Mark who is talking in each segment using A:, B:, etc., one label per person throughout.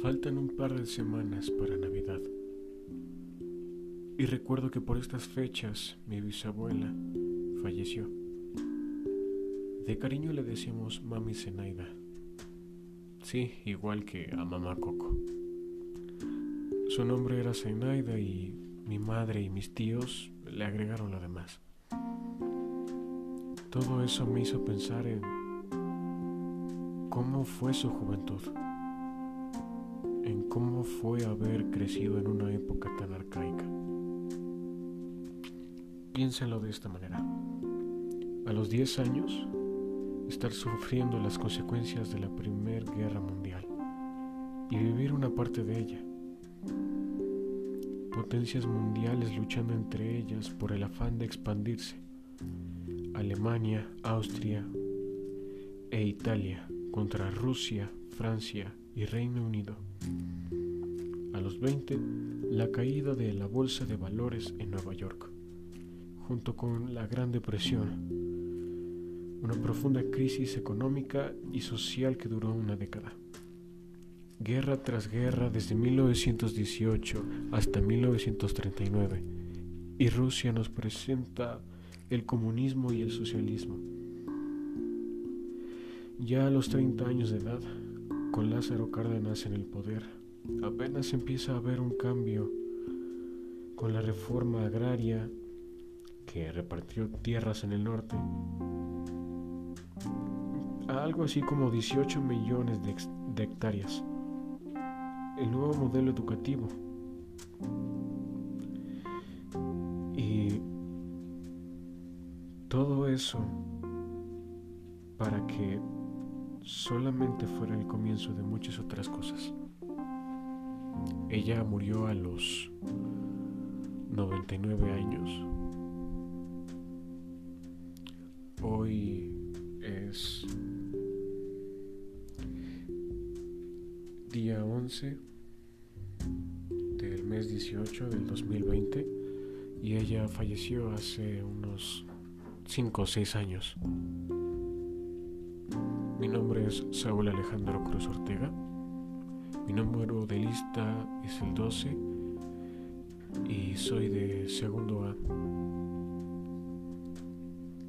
A: Faltan un par de semanas para Navidad. Y recuerdo que por estas fechas mi bisabuela falleció. De cariño le decimos mami Zenaida. Sí, igual que a mamá Coco. Su nombre era Zenaida y mi madre y mis tíos le agregaron lo demás. Todo eso me hizo pensar en cómo fue su juventud en cómo fue haber crecido en una época tan arcaica. Piénsalo de esta manera. A los 10 años, estar sufriendo las consecuencias de la Primera Guerra Mundial y vivir una parte de ella. Potencias mundiales luchando entre ellas por el afán de expandirse. Alemania, Austria e Italia contra Rusia, Francia y Reino Unido. A los 20, la caída de la Bolsa de Valores en Nueva York, junto con la Gran Depresión, una profunda crisis económica y social que duró una década. Guerra tras guerra desde 1918 hasta 1939, y Rusia nos presenta el comunismo y el socialismo. Ya a los 30 años de edad, con Lázaro Cárdenas en el poder, apenas empieza a haber un cambio con la reforma agraria que repartió tierras en el norte. A algo así como 18 millones de, de hectáreas. El nuevo modelo educativo. Y todo eso para que solamente fuera el comienzo de muchas otras cosas. Ella murió a los 99 años. Hoy es día 11 del mes 18 del 2020 y ella falleció hace unos 5 o 6 años. Mi nombre es Saúl Alejandro Cruz Ortega. Mi número de lista es el 12 y soy de segundo A.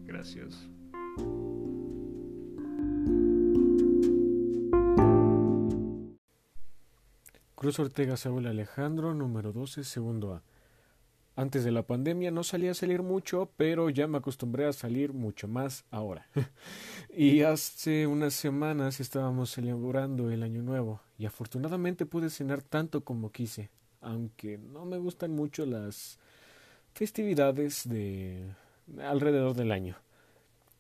A: Gracias. Cruz Ortega Saúl Alejandro, número 12, segundo A. Antes de la pandemia no salía a salir mucho, pero ya me acostumbré a salir mucho más ahora. y hace unas semanas estábamos celebrando el año nuevo y afortunadamente pude cenar tanto como quise, aunque no me gustan mucho las festividades de alrededor del año.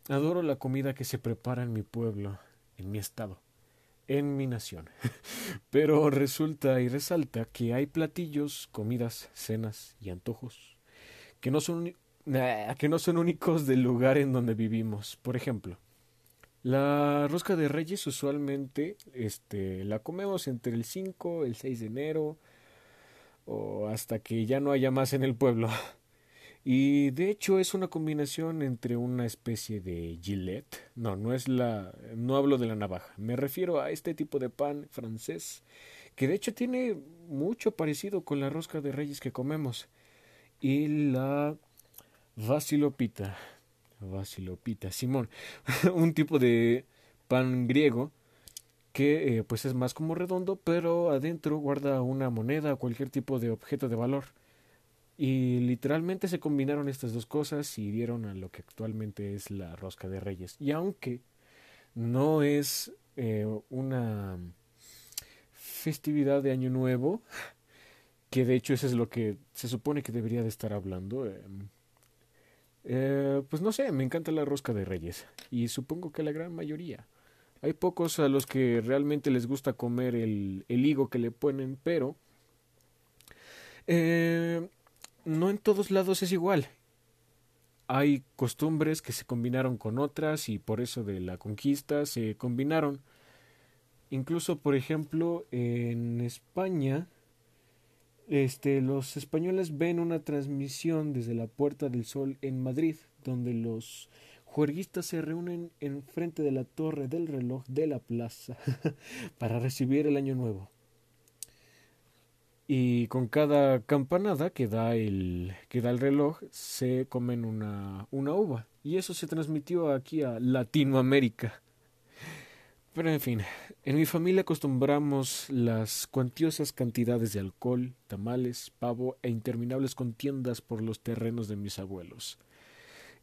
A: Adoro la comida que se prepara en mi pueblo, en mi estado, en mi nación. Pero resulta y resalta que hay platillos, comidas, cenas y antojos que no son que no son únicos del lugar en donde vivimos. Por ejemplo, la rosca de Reyes usualmente este la comemos entre el 5, el 6 de enero o hasta que ya no haya más en el pueblo. Y de hecho es una combinación entre una especie de gillette. No, no es la. No hablo de la navaja. Me refiero a este tipo de pan francés. Que de hecho tiene mucho parecido con la rosca de reyes que comemos. Y la vasilopita. Vasilopita, Simón. un tipo de pan griego. Que eh, pues es más como redondo. Pero adentro guarda una moneda o cualquier tipo de objeto de valor. Y literalmente se combinaron estas dos cosas y dieron a lo que actualmente es la rosca de reyes. Y aunque no es eh, una festividad de Año Nuevo, que de hecho eso es lo que se supone que debería de estar hablando, eh, eh, pues no sé, me encanta la rosca de reyes. Y supongo que la gran mayoría. Hay pocos a los que realmente les gusta comer el, el higo que le ponen, pero eh, no en todos lados es igual. Hay costumbres que se combinaron con otras y por eso de la conquista se combinaron. Incluso, por ejemplo, en España, este, los españoles ven una transmisión desde la Puerta del Sol en Madrid, donde los juerguistas se reúnen en frente de la torre del reloj de la plaza para recibir el año nuevo. Y con cada campanada que da el, que da el reloj se comen una, una uva. Y eso se transmitió aquí a Latinoamérica. Pero en fin, en mi familia acostumbramos las cuantiosas cantidades de alcohol, tamales, pavo e interminables contiendas por los terrenos de mis abuelos.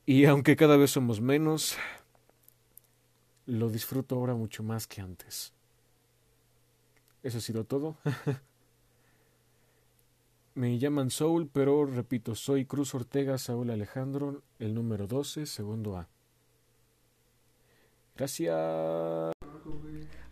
A: Y aunque cada vez somos menos, lo disfruto ahora mucho más que antes. Eso ha sido todo. Me llaman Soul, pero repito, soy Cruz Ortega Saúl Alejandro, el número 12, segundo A. Gracias.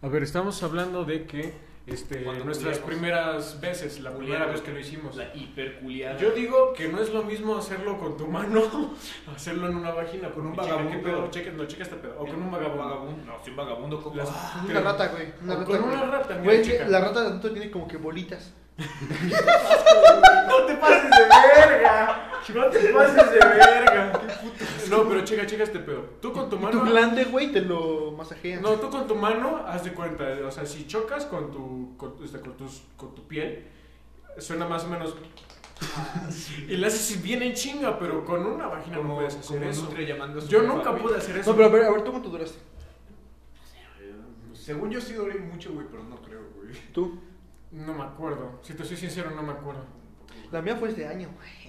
A: A ver, estamos hablando de que este,
B: Cuando
A: nuestras
B: culiamos.
A: primeras veces, la primera vez que lo hicimos.
B: La hiperculiada.
A: Yo digo que no es lo mismo hacerlo con tu mano, hacerlo en una vagina, con un
B: Checa,
A: vagabundo.
B: ¿qué pedo?
A: Checa, no, checa este pedo. O con
B: Eh,
A: un vagabundo.
B: No, si un vagabundo coco. Ah,
A: Las-
C: Una rata, güey. Una
A: O
C: rata,
A: con
C: güey.
A: una rata, mira,
C: Güey,
A: chica.
C: la rata de adulto tiene como que bolitas.
A: ¡No te pases de verga! ¡No te pases de verga! No, pero checa, checa este pedo. Tú con tu
C: Y tu
A: mano.
C: glande, güey, te lo masajean.
A: No, tú con tu mano, haz de cuenta. O sea, si chocas con tu, con, este, con tus- con tu piel, suena más o menos. Y le haces bien en chinga, pero con una vagina no
B: como,
A: puedes hacer
B: como
A: eso.
B: Nutria llamando a su
A: Yo
B: jefa,
A: nunca
B: güey.
A: pude hacer eso.
C: No, pero a ver, a ver, ¿tú cuánto duraste?
B: Eh, Según yo sí doré mucho, güey, pero no creo, güey.
C: Tú.
A: No me acuerdo. Si te soy sincero, no me acuerdo.
C: La mía fue este año, güey.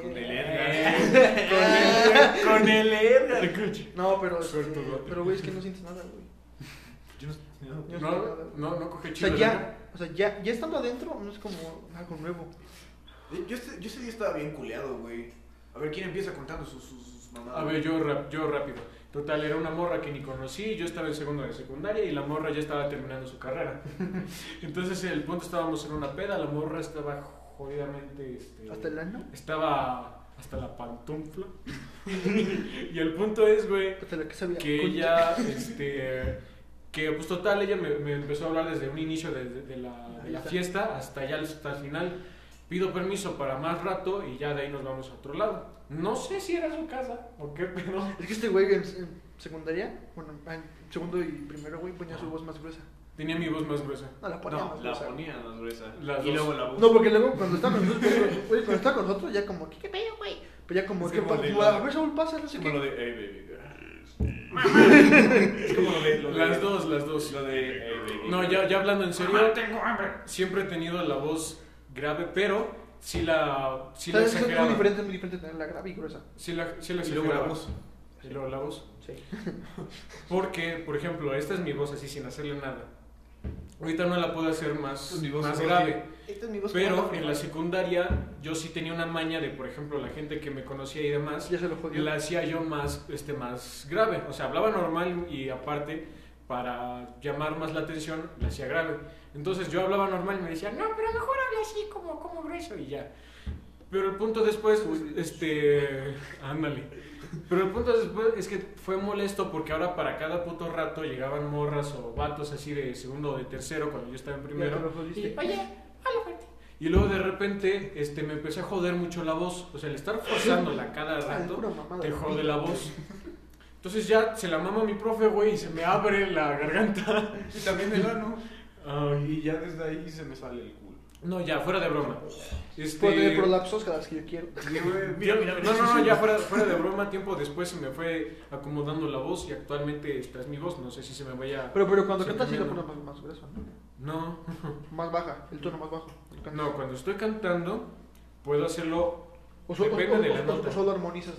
B: Con el
A: Eh. Con el, con el Edgar, coche.
C: No, pero. este,
A: Suertudote.
C: pero, güey, es que no sientes nada, güey.
B: Yo no.
C: Yo
A: No,
C: siento nada, güey.
A: no, no coge
C: O sea,
A: chido.
C: ya, o sea, ya, ya estando adentro, no es como algo nuevo.
B: Yo, yo, este, yo ese día estaba bien culeado, güey. A ver, ¿quién empieza contando sus, sus, sus mamadas?
A: A ver, yo, rap- yo rápido. Total, era una morra que ni conocí, yo estaba en segundo de secundaria y la morra ya estaba terminando su carrera. Entonces, el punto estábamos en una peda, la morra estaba jodidamente... este,
C: Hasta el ano,
A: Estaba hasta la pantufla. y el punto es, güey,
C: hasta la que sabía.
A: que
C: Con-
A: ella, este, que pues total, ella me, me empezó a hablar desde un inicio de, de- de la, de la fiesta hasta ya hasta el final. Pido permiso para más rato y ya de ahí nos vamos a otro lado. No sé si era su casa o qué, pero...
C: Es que este güey en, en secundaria, bueno, en segundo y primero, güey, ponía su voz más gruesa.
A: Tenía mi voz más gruesa.
C: No, la ponía
B: No,
C: más
B: la
C: gruesa.
B: ponía más gruesa.
A: Las
B: y
A: dos.
B: luego la voz.
C: No, porque luego cuando está con nosotros, güey, cuando está con nosotros, ya como, ¿qué, qué pedo, güey? Pues ya como,
B: Es
C: que
B: como
C: pa-
B: de-
C: como, a ver, Saúl pasa, no sé
B: como lo
C: qué.
B: de. Hey, baby. es como lo de. Lo de-
A: Las dos, las dos.
B: Lo de. Hey, baby.
A: No, ya, ya hablando en serio, siempre he tenido la voz grave, pero sí la, sí la
C: ¿Sabes? Es muy
A: exageraba.
C: diferente, es muy diferente tener la grave y gruesa.
A: Sí la, sí la
B: Y luego la
A: exageraba.
B: voz.
A: Y luego la voz.
C: Sí.
A: Porque, por ejemplo, esta es mi voz así sin hacerle nada. Ahorita no la puedo hacer más,
B: Pues mi voz
A: más
B: no
A: grave.
C: Esta es mi voz.
A: Pero en la secundaria yo sí tenía una maña de, por ejemplo, la gente que me conocía y demás,
C: Ya se lo jodió.
A: la hacía yo más, este, más grave. O sea, hablaba normal y aparte, para llamar más la atención, la hacía grave. Entonces yo hablaba normal y me decía, no, pero mejor habla así, como, como grueso y ya. Pero el punto después, este, ándale. Pero el punto después es que fue molesto porque ahora para cada puto rato llegaban morras o vatos así de segundo o de tercero cuando yo estaba en
C: Ya te
A: primero.
C: lo jodiste.
A: Y, oye, habla fuerte. Y luego de repente este, me empecé a joder mucho la voz. O sea, el estar forzándola cada
C: Ah, es
A: rato
C: pura mamada,
A: te
C: güey.
A: jode la voz. Entonces ya se la mama mi profe, güey, y se me abre la garganta.
B: Y también el ano.
A: Ay,
B: Y ya desde ahí se me sale el culo.
A: no, ya, fuera de broma. Este,
C: Puedo tener prolapsos cada vez que yo quiero.
A: Mira, mira, mira. No, no, no, ya fuera, fuera de broma, tiempo después se me fue acomodando la voz y actualmente esta es mi voz, no sé si se me vaya...
C: Pero, pero cuando
A: Sí,
C: cantas sí la
A: también,
C: pones más, más gruesa, ¿no?
A: No,
C: Más baja, el tono más bajo.
A: no, cuando estoy cantando puedo hacerlo...
C: O, so- o-
A: depende
C: o-
A: de la
C: o-
A: nota.
C: o solo armonizas.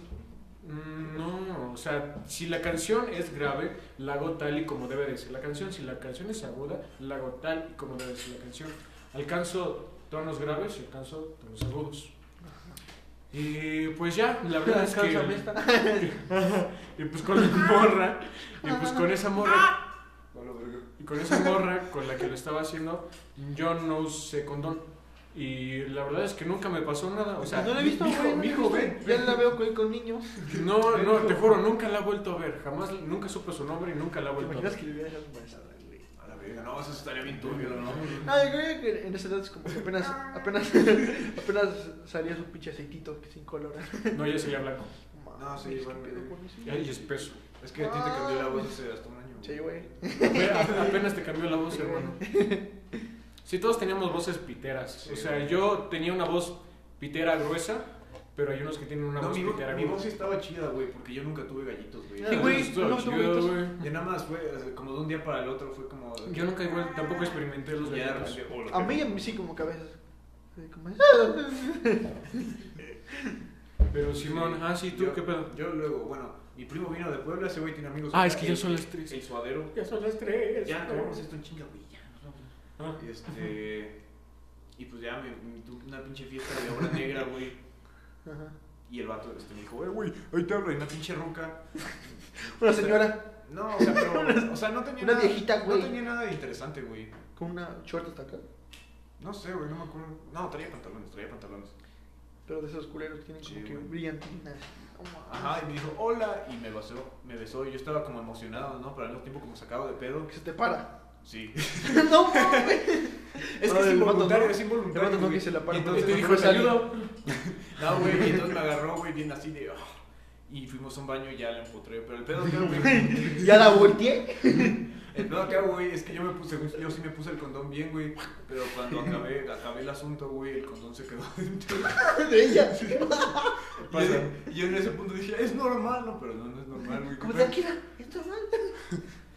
A: Mm, No, o sea, si la canción es grave, la hago tal y como debe de ser la canción. Si la canción es aguda, la hago tal y como debe de ser la canción. Alcanzo tonos graves y alcanzo tonos agudos. Y pues ya, la verdad es que...
C: Cánsame esta.
A: Y pues con la morra, y pues con esa morra, y con esa morra con la que lo estaba haciendo, yo no usé condón. Y la verdad es que nunca me pasó nada, o sea,
C: no la he visto,
B: mijo,
C: güey. no la he
B: mijo,
C: visto.
B: ven,
C: Ya
B: ven.
C: la veo con, con niños.
A: Ah, no, no, te juro, nunca la he vuelto a ver, jamás, nunca supe su nombre y nunca la he
C: ¿Te
A: vuelto a
C: imaginas
A: ver.
C: que le hubiera dejado embarazada, güey?
B: A la verga, no, eso estaría bien turbio, ¿no?
C: Ah, yo creo que en esa edad es como que apenas, apenas, apenas salía su pinche aceitito que sin color.
A: No, ya sería blanco.
B: No, sí,
C: ¿Qué
B: bueno, eh,
C: pedo
B: güey.
C: con eso?
A: Y ahí espeso.
B: Es que a ti te cambió la voz hace hasta un año.
C: Sí, güey.
A: Ape- Apenas te cambió la voz, hermano.
D: Sí, todos teníamos voces piteras.
B: Sí.
D: o sea, yo tenía una voz pitera gruesa, pero hay unos que tienen una
B: No,
D: voz
B: mi, mi
D: pitera gruesa.
B: voz sí estaba chida, güey, porque yo nunca tuve gallitos, güey.
C: Sí, güey.
D: Estuvo
C: no, no,
D: chido,
C: no, no.
D: güey.
B: Ya nada más fue, o sea, como de un día para el otro, fue como...
D: Yo nunca igual tampoco experimenté los
B: Ya de
D: gallitos.
B: repente, oh, lo
C: A
B: que-
C: mí, a mí sí, como que a veces. eh, como-
D: Pero Simón, ah, sí, tú,
B: yo-
D: ¿qué pedo?
B: Yo luego, bueno, mi primo vino de Puebla, ese güey tiene amigos.
D: Ah,
B: acá,
D: es que ya
B: el-
D: son las tres.
B: El suadero.
D: Ya son las tres.
B: Ya, acabamos esto en chinga, güey, ya, nos vamos.
D: Ah,
B: Este. Y pues ya me, me tuve una pinche fiesta de obra negra, güey.
C: Ajá.
B: Y el vato este, me dijo, eh, güey, ahí te habla y una pinche ruca.
C: Una señora
B: No, o sea, pero. O sea, no tenía.
C: Una
B: nada-
C: viejita, güey.
B: No tenía nada de interesante, güey.
C: con una short hasta acá.
B: No sé, güey, no me acuerdo. No, traía pantalones, traía pantalones.
C: Pero de esos culeros tienen
B: Sí,
C: como que
B: güey.
C: brillantinas. No mames.
B: Ajá, y me dijo, hola. Y me besó, me besó. Y yo estaba como emocionado, ¿no? Pero al mismo tiempo como sacado de pedo.
C: Que se te para.
B: Sí.
C: no mames.
B: Es que
C: No,
B: es
C: el vato
B: involuntario,
C: no.
B: es involuntario.
C: El vato no
B: güey.
C: que se la para,
B: Y
C: porque
D: Y
B: Entonces,
D: te
C: no
D: dijo,
C: me
D: te
C: salí".
D: ayudo.
B: No, güey, y entonces me agarró, güey, bien así de. "Oh". Y fuimos a un baño y ya la empotré. Pero el pedo acá, güey.
C: Ya la volteé.
B: El pedo acá, güey, es que yo me puse, yo sí me puse el condón bien, güey. Pero cuando acabé, acabé el asunto, güey, el condón se quedó dentro.
C: De ella.
B: Y yo, y yo en ese punto dije, es normal, no, pero no, no es normal, güey.
C: Como
B: ¿Qué pedo?
C: tranquila. Esto es mal.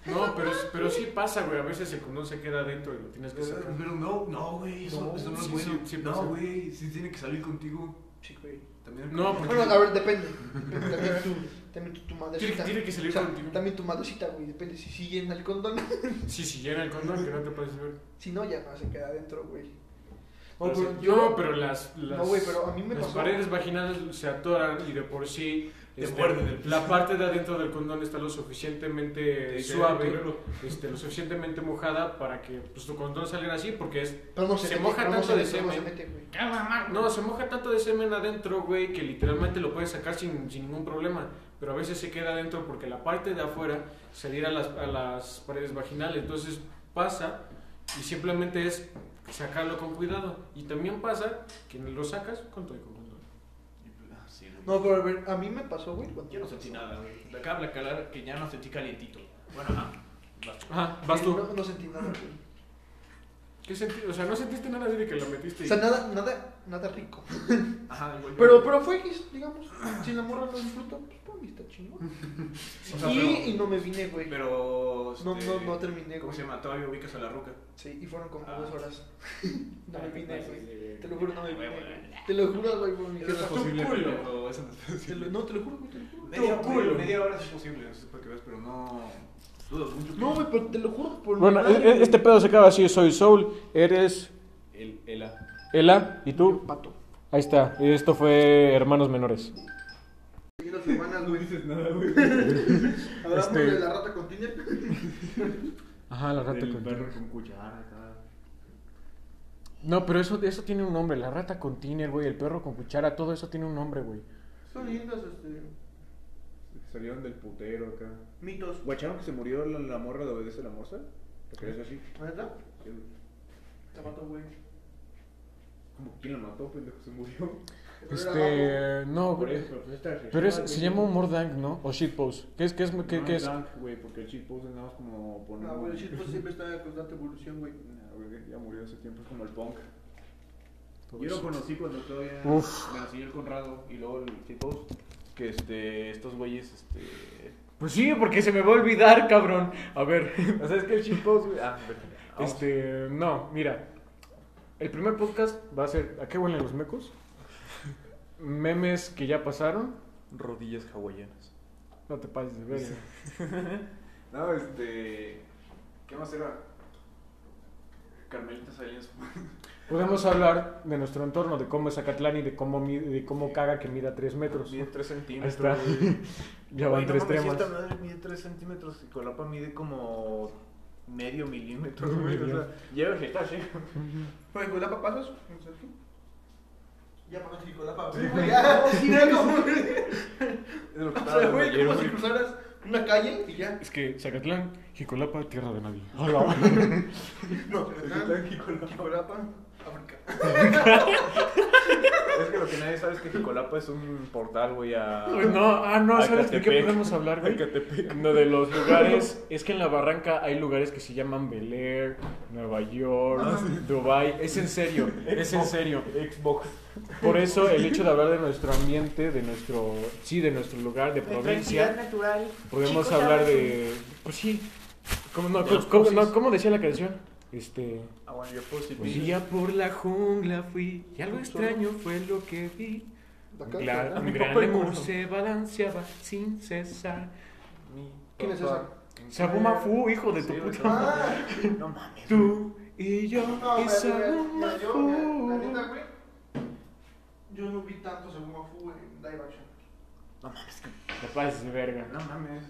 D: No, pero, pero sí pasa, güey. A veces el condón se queda adentro y lo tienes que sacar.
B: Pero no, no, güey, eso
D: No,
B: eso no es
D: sí,
B: bueno.
D: sí, sí pasa.
B: No, güey, sí tiene que salir contigo.
C: Sí, güey.
B: También el
D: No,
B: condón.
D: porque-
C: Bueno, a ver, depende. Depende, También tu, también tu, tu
D: Tiene,
C: madrecita.
D: que- tiene que salir
C: O sea,
D: contigo.
C: también tu madrecita, güey. Depende si sigue en el condón.
D: Sí, sí, llena el condón, que no te puedes ver.
C: Si no, ya no se queda adentro, güey. No,
D: Pero
C: Oh, pero
D: sí.
C: yo-
D: No, pero las, las,
C: No, güey, pero a mí me
D: las
C: pasó.
D: paredes vaginales se atoran y de por sí
B: Te
D: este,
B: muerden.
D: la parte de adentro del condón está lo suficientemente
B: dice, "Ay,
D: suave,
B: culero".
D: este, lo suficientemente mojada para que pues, tu condón salga así porque es...
C: Pero no se,
D: Se
C: mete,
D: moja
C: pero no
D: tanto
C: se
D: de
C: mete, pero no se
D: semen.
C: mete, güey.
D: No, se moja tanto de semen adentro, güey, que literalmente lo puedes sacar sin, sin ningún problema. Pero a veces se queda adentro porque la parte de afuera se adhiere a las, a las paredes vaginales. Entonces pasa y simplemente es sacarlo con cuidado. Y también pasa que lo sacas con todo y con condón.
B: Y pues, ah, sí, güey.
C: No, pero a ver, a mí me pasó, güey. cuando-
B: Yo no sentí nada, güey. De acá habla calar que ya no sentí calientito. Bueno, ajá. basta.
D: Ajá, vas tú.
C: No, no sentí nada, güey.
D: ¿Qué senti- O sea, no sentiste nada así de que la metiste.
C: O
D: y-
C: sea, nada, nada, nada rico.
B: Ajá, igual yo-
C: Pero, pero fue, digamos, si la morra lo disfruta, pues para mí está chingón.
B: O sea,
C: y,
B: pero-
C: y no me vine, güey.
B: Pero.
C: No,
B: este,
C: no, no terminé,
B: ¿Cómo
C: güey.
B: se llama? Todavía ubicas a la ruca.
C: Sí, y fueron como
B: Ah.
C: dos horas. No me vine,
D: Sí,
C: güey.
D: sí, sí.
C: Te lo juro, no me vine.
B: Huevo,
C: güey. Te lo juro, güey, por mi
B: Eso no es
C: jefa.
B: posible,
D: Tu culo.
B: pero eso no es
C: Te
B: posible.
C: lo- No, te lo juro, güey, te lo juro.
B: Media,
D: Tu
B: media,
D: culo.
B: media hora sí es posible, no sé para qué ves, pero no. Dudo mucho. que-
C: No, güey, pero te lo juro por mi
D: Bueno,
C: madre,
D: e- e-
C: güey.
D: este pedo se acaba así. Soy Soul, eres
B: El, el A.
D: Ela y tú.
C: Pato.
D: Ahí está. Esto fue Hermanos Menores.
C: Las semanas, güey.
B: dices nada, güey.
C: Hablamos
D: Este-
C: de la rata con Tinder.
D: Ajá, la
B: Del perro con cuchara, acá.
D: No, pero eso, eso tiene un nombre. La rata con tiner, güey. El perro con cuchara. Todo eso tiene un nombre, güey.
C: Son lindas, este.
B: Salieron del putero acá.
C: Mitos.
B: ¿Guacharon que se murió la, la morra de obedece la morsa? ¿Te crees así?
C: ¿Verdad? Te mató, güey.
B: Como quién la mató, pendejo, se murió.
D: Este. No, güey.
B: pues,
D: Pero es- se llama humor dank, ¿no? O shitpost. ¿Qué es? ¿Qué es? ¿Qué, Ah,
B: no
D: qué
B: es
D: es?
B: dank, güey, porque el shitpost es nada más como poner...
C: No,
B: un-
C: güey, el
D: Este-
C: chiste siempre está en constante evolución, güey.
B: Nah, güey, ya murió hace tiempo, es como el punk.
D: Todo
B: Yo lo
D: eso.
B: conocí cuando todavía
D: Uf.
B: me nací el Conrado y luego el shitpost. Que este, estos güeyes, este...
D: Pues sí, porque se me va a olvidar, cabrón. A ver.
B: O sea, es que el shitpost, güey... Ah, espérate. Vamos.
D: Este, no, mira. El primer podcast va a ser ¿A qué huelen los mecos? Memes que ya pasaron.
B: Rodillas hawaianas.
D: No te pases de verga.
B: No, este... ¿Qué más era? Carmelita Salinas.
D: Podemos hablar de nuestro entorno, de cómo es Acatlán y de cómo, mi- de cómo caga que mida 3 metros.
B: Mide 3
D: Ahí
B: centímetros.
D: está.
B: güey.
D: ya van
B: Güey, no
D: tres
B: mames,
D: temas.
B: Esta madre mide 3 centímetros y Colapa mide como medio milímetro, güey. O sea,
D: Medio.
B: lleva que está así.
C: Pero con la papazos, Ya para con la papa.
B: Sí, güey.
C: Ya, ya, como-
B: Es lo que
C: O
B: estaba
C: sea,
B: hablando
C: güey,
B: ayer,
C: como si
B: güey.
C: cruzaras una calle y ya.
D: Es que Zacatlán, Jicolapa, tierra de nadie.
C: No,
B: Está en Jicolapa.
C: Jicolapa, África.
B: es que lo que nadie sabe es que Jicolapa es un portal, güey, a...
D: No, ah, no, ¿sabes de qué
B: Ecatepec.
D: podemos hablar, güey?
B: Ecatepec.
D: No, de los lugares, es que en la barranca hay lugares que se llaman Bel Air, Nueva York, Dubai, es en serio, es en serio.
B: Xbox.
D: Por eso el hecho de hablar de nuestro ambiente, de nuestro, sí, de nuestro lugar, de
E: Nuestra entidad
D: provincia,
E: natural.
D: podemos
E: Chicos,
D: hablar
E: hablen.
D: de, pues sí, ¿cómo, no,
B: De
D: cómo-
B: los
D: cómo-
B: cosis.
D: no, ¿cómo decía la canción? Este,
B: Ah, bueno, yo puedo decir...
D: un día por la jungla fui y algo extraño fue lo que vi.
C: La
D: Un
C: canción,
D: gla-
C: ¿no?
D: un
C: Mi
D: gran
C: papá
D: amor
C: hermoso.
D: se balanceaba sin cesar.
B: Mi
C: ¿Quién es
B: papá.
D: Sabuma Fu, hijo de tu
B: Sí,
D: puta
B: güey,
D: madre.
B: No mames.
D: Ah. Tú y yo
C: No,
D: y
C: pero,
D: Sabuma
C: mira, yo, mira, la neta,
D: Fu.
C: güey, Yo no vi tanto según Mafu en live action.
B: No mames, que-
D: Te pases de verga.
B: Ah, no mames.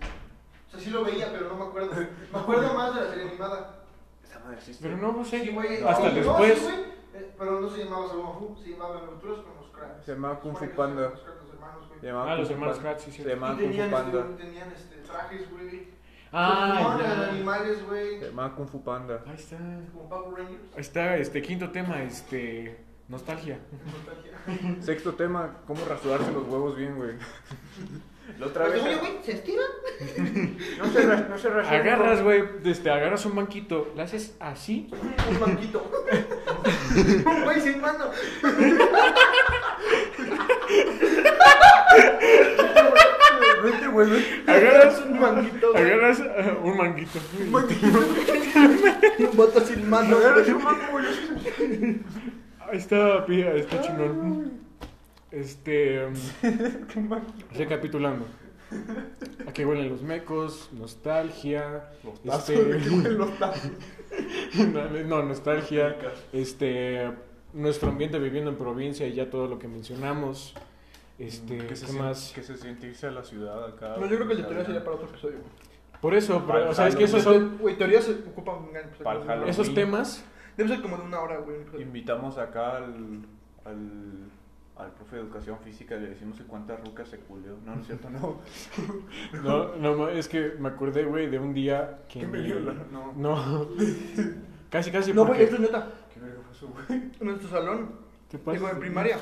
C: O sea, sí lo veía, pero no me acuerdo. Me acuerdo más de la serie animada.
B: Esa madre existe.
D: Pero no, no sé. Pues
C: Sí, güey.
D: Hasta
C: sí, no, sí,
D: después.
C: güey, eh, pero no se llamaba según Mafu, se llamaba Aventuras con los Cracks.
B: Se llamaba Kung Fu
C: Supone que
B: Panda.
C: los Cracks, los hermanos, güey.
B: Se llamaban
D: Ah, los
B: Kung Fu
D: hermanos
B: Panda.
D: Kratz, sí,
B: Se
D: cierto.
B: llamaban
C: Y
B: Kung Fu
C: tenían,
B: Panda.
C: este, tenían este, trajes, güey.
D: Ah,
C: Transformaban en
D: ya.
C: animales, güey.
B: Se llamaban Kung Fu Panda.
D: Ahí está. Ahí
C: Como Power Rangers.
D: está, este quinto tema, este. Nostalgia.
C: en nostalgia.
B: Sexto tema, cómo rasurarse los huevos bien, güey. La otra
E: Pues,
B: vez...
E: oye, güey, ¿se estira?
B: No se, ra- no se rasura.
D: Agarras, güey, este, agarras un banquito, le haces así.
C: Un manquito. Un güey sin mano.
B: Vente, güey, vente.
D: Agarras un
C: manguito, güey.
D: Agarras eh, un manguito.
C: Un vato sin mano.
B: Agarras un mango, güey.
D: Ahí está, pía, está chingón. Este. um, Recapitulando. A qué huelen los mecos, nostalgia. Este,
B: Los tazos.
D: no, nostalgia. Este. Nuestro ambiente viviendo en provincia y ya todo lo que mencionamos. Este, ¿qué,
B: Mm, se sien-
D: más?
B: Que se siente irse a la ciudad acá.
C: No, yo creo que la teoría sería para otro episodio. güey.
D: Por eso, pero,
B: Pa'l
D: o sea, es que esos
B: Halloween.
D: son.
C: Güey, teorías se ocupan un gran episodio.
B: Para el Halloween.
D: Esos temas.
C: Debe ser como de una hora, güey. un episodio.
B: Invitamos acá al, al, al profe de educación física, le decimos que cuántas rucas se culió. No, no es cierto, no.
D: No, no, ma- es que me acordé, güey, de un día que.
B: Que me
D: mi-
B: violaron, no.
D: No. casi, casi.
C: No,
D: porque-
C: güey, esto es neta.
B: ¿Qué verga fue eso, güey?
C: En nuestro salón,
D: ¿Qué pasa?
C: digo, en primaria.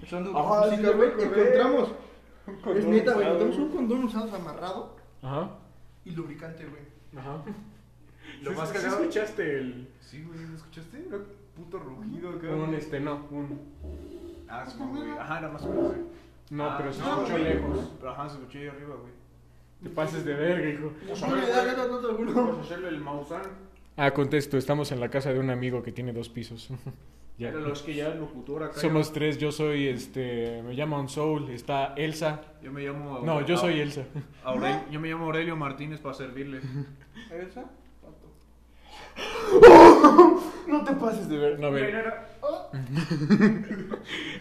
C: El salón de
B: Ah,
C: educación física,
B: sí,
C: güey,
B: güey,
C: encontramos. Es
B: condón
C: neta, güey,
B: usado.
C: encontramos un condón usado amarrado
D: Ajá.
C: y lubricante, güey.
D: Ajá.
B: Lo
D: ¿Sí-
B: más
D: sí
B: cagado-
D: escuchaste el.
B: Sí, güey, ¿lo escuchaste? Era puto rugido acá.
D: Un este, no, un.
B: Ah, sí, güey. Ajá, nada más. güey.
D: No,
B: Ah,
D: pero se
B: no,
D: escuchó
B: güey.
D: lejos.
B: Pero ajá, se escuchó ahí arriba, güey.
D: Te pases de verga, hijo.
B: Pues, a
C: No
B: ver,
C: le da
B: güey.
C: ganas nota
B: Vamos
C: alguno.
B: a hacerle el Mausan.
D: Ah, contesto, estamos en la casa de un amigo que tiene dos pisos. Ya.
B: Pero los que ya el locutor acá.
D: Somos tres, yo soy este. Me llama On Soul, está Elsa.
B: Yo me llamo.
D: No, yo soy Elsa.
B: Aurelio, yo me llamo Aurelio Martínez para servirle.
C: ¿A ver, esa? Tanto.
D: No te pases de verga. No, a ver.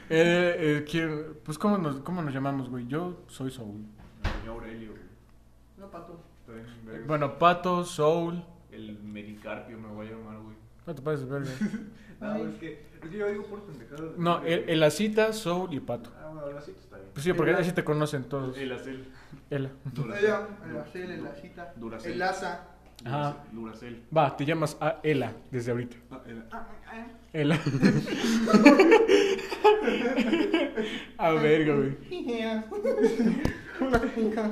D: Eh, eh, ¿quién- Pues, ¿cómo nos, ¿cómo nos llamamos, güey? Yo soy Soul.
B: Yo Aurelio. güey.
C: No, pato.
B: Está bien, verga.
D: Bueno, Pato, Soul.
B: El Medicarpio me voy a llamar, güey.
D: No te pases de verga.
B: No, es que, es que yo digo por pendejadas.
D: No, el, el Acita, Soul y Pato.
B: Ah, bueno, ahora sí está bien.
D: Pues sí, porque así te conocen todos.
B: El acel.
D: Ela.
C: Ella, el acel, el acita,
B: Duracel.
C: el asa.
D: Ajá.
B: Duracel.
D: Va, te llamas a Ela desde ahorita.
B: Ah, el- ah,
D: Ela. a Ah, verga, güey.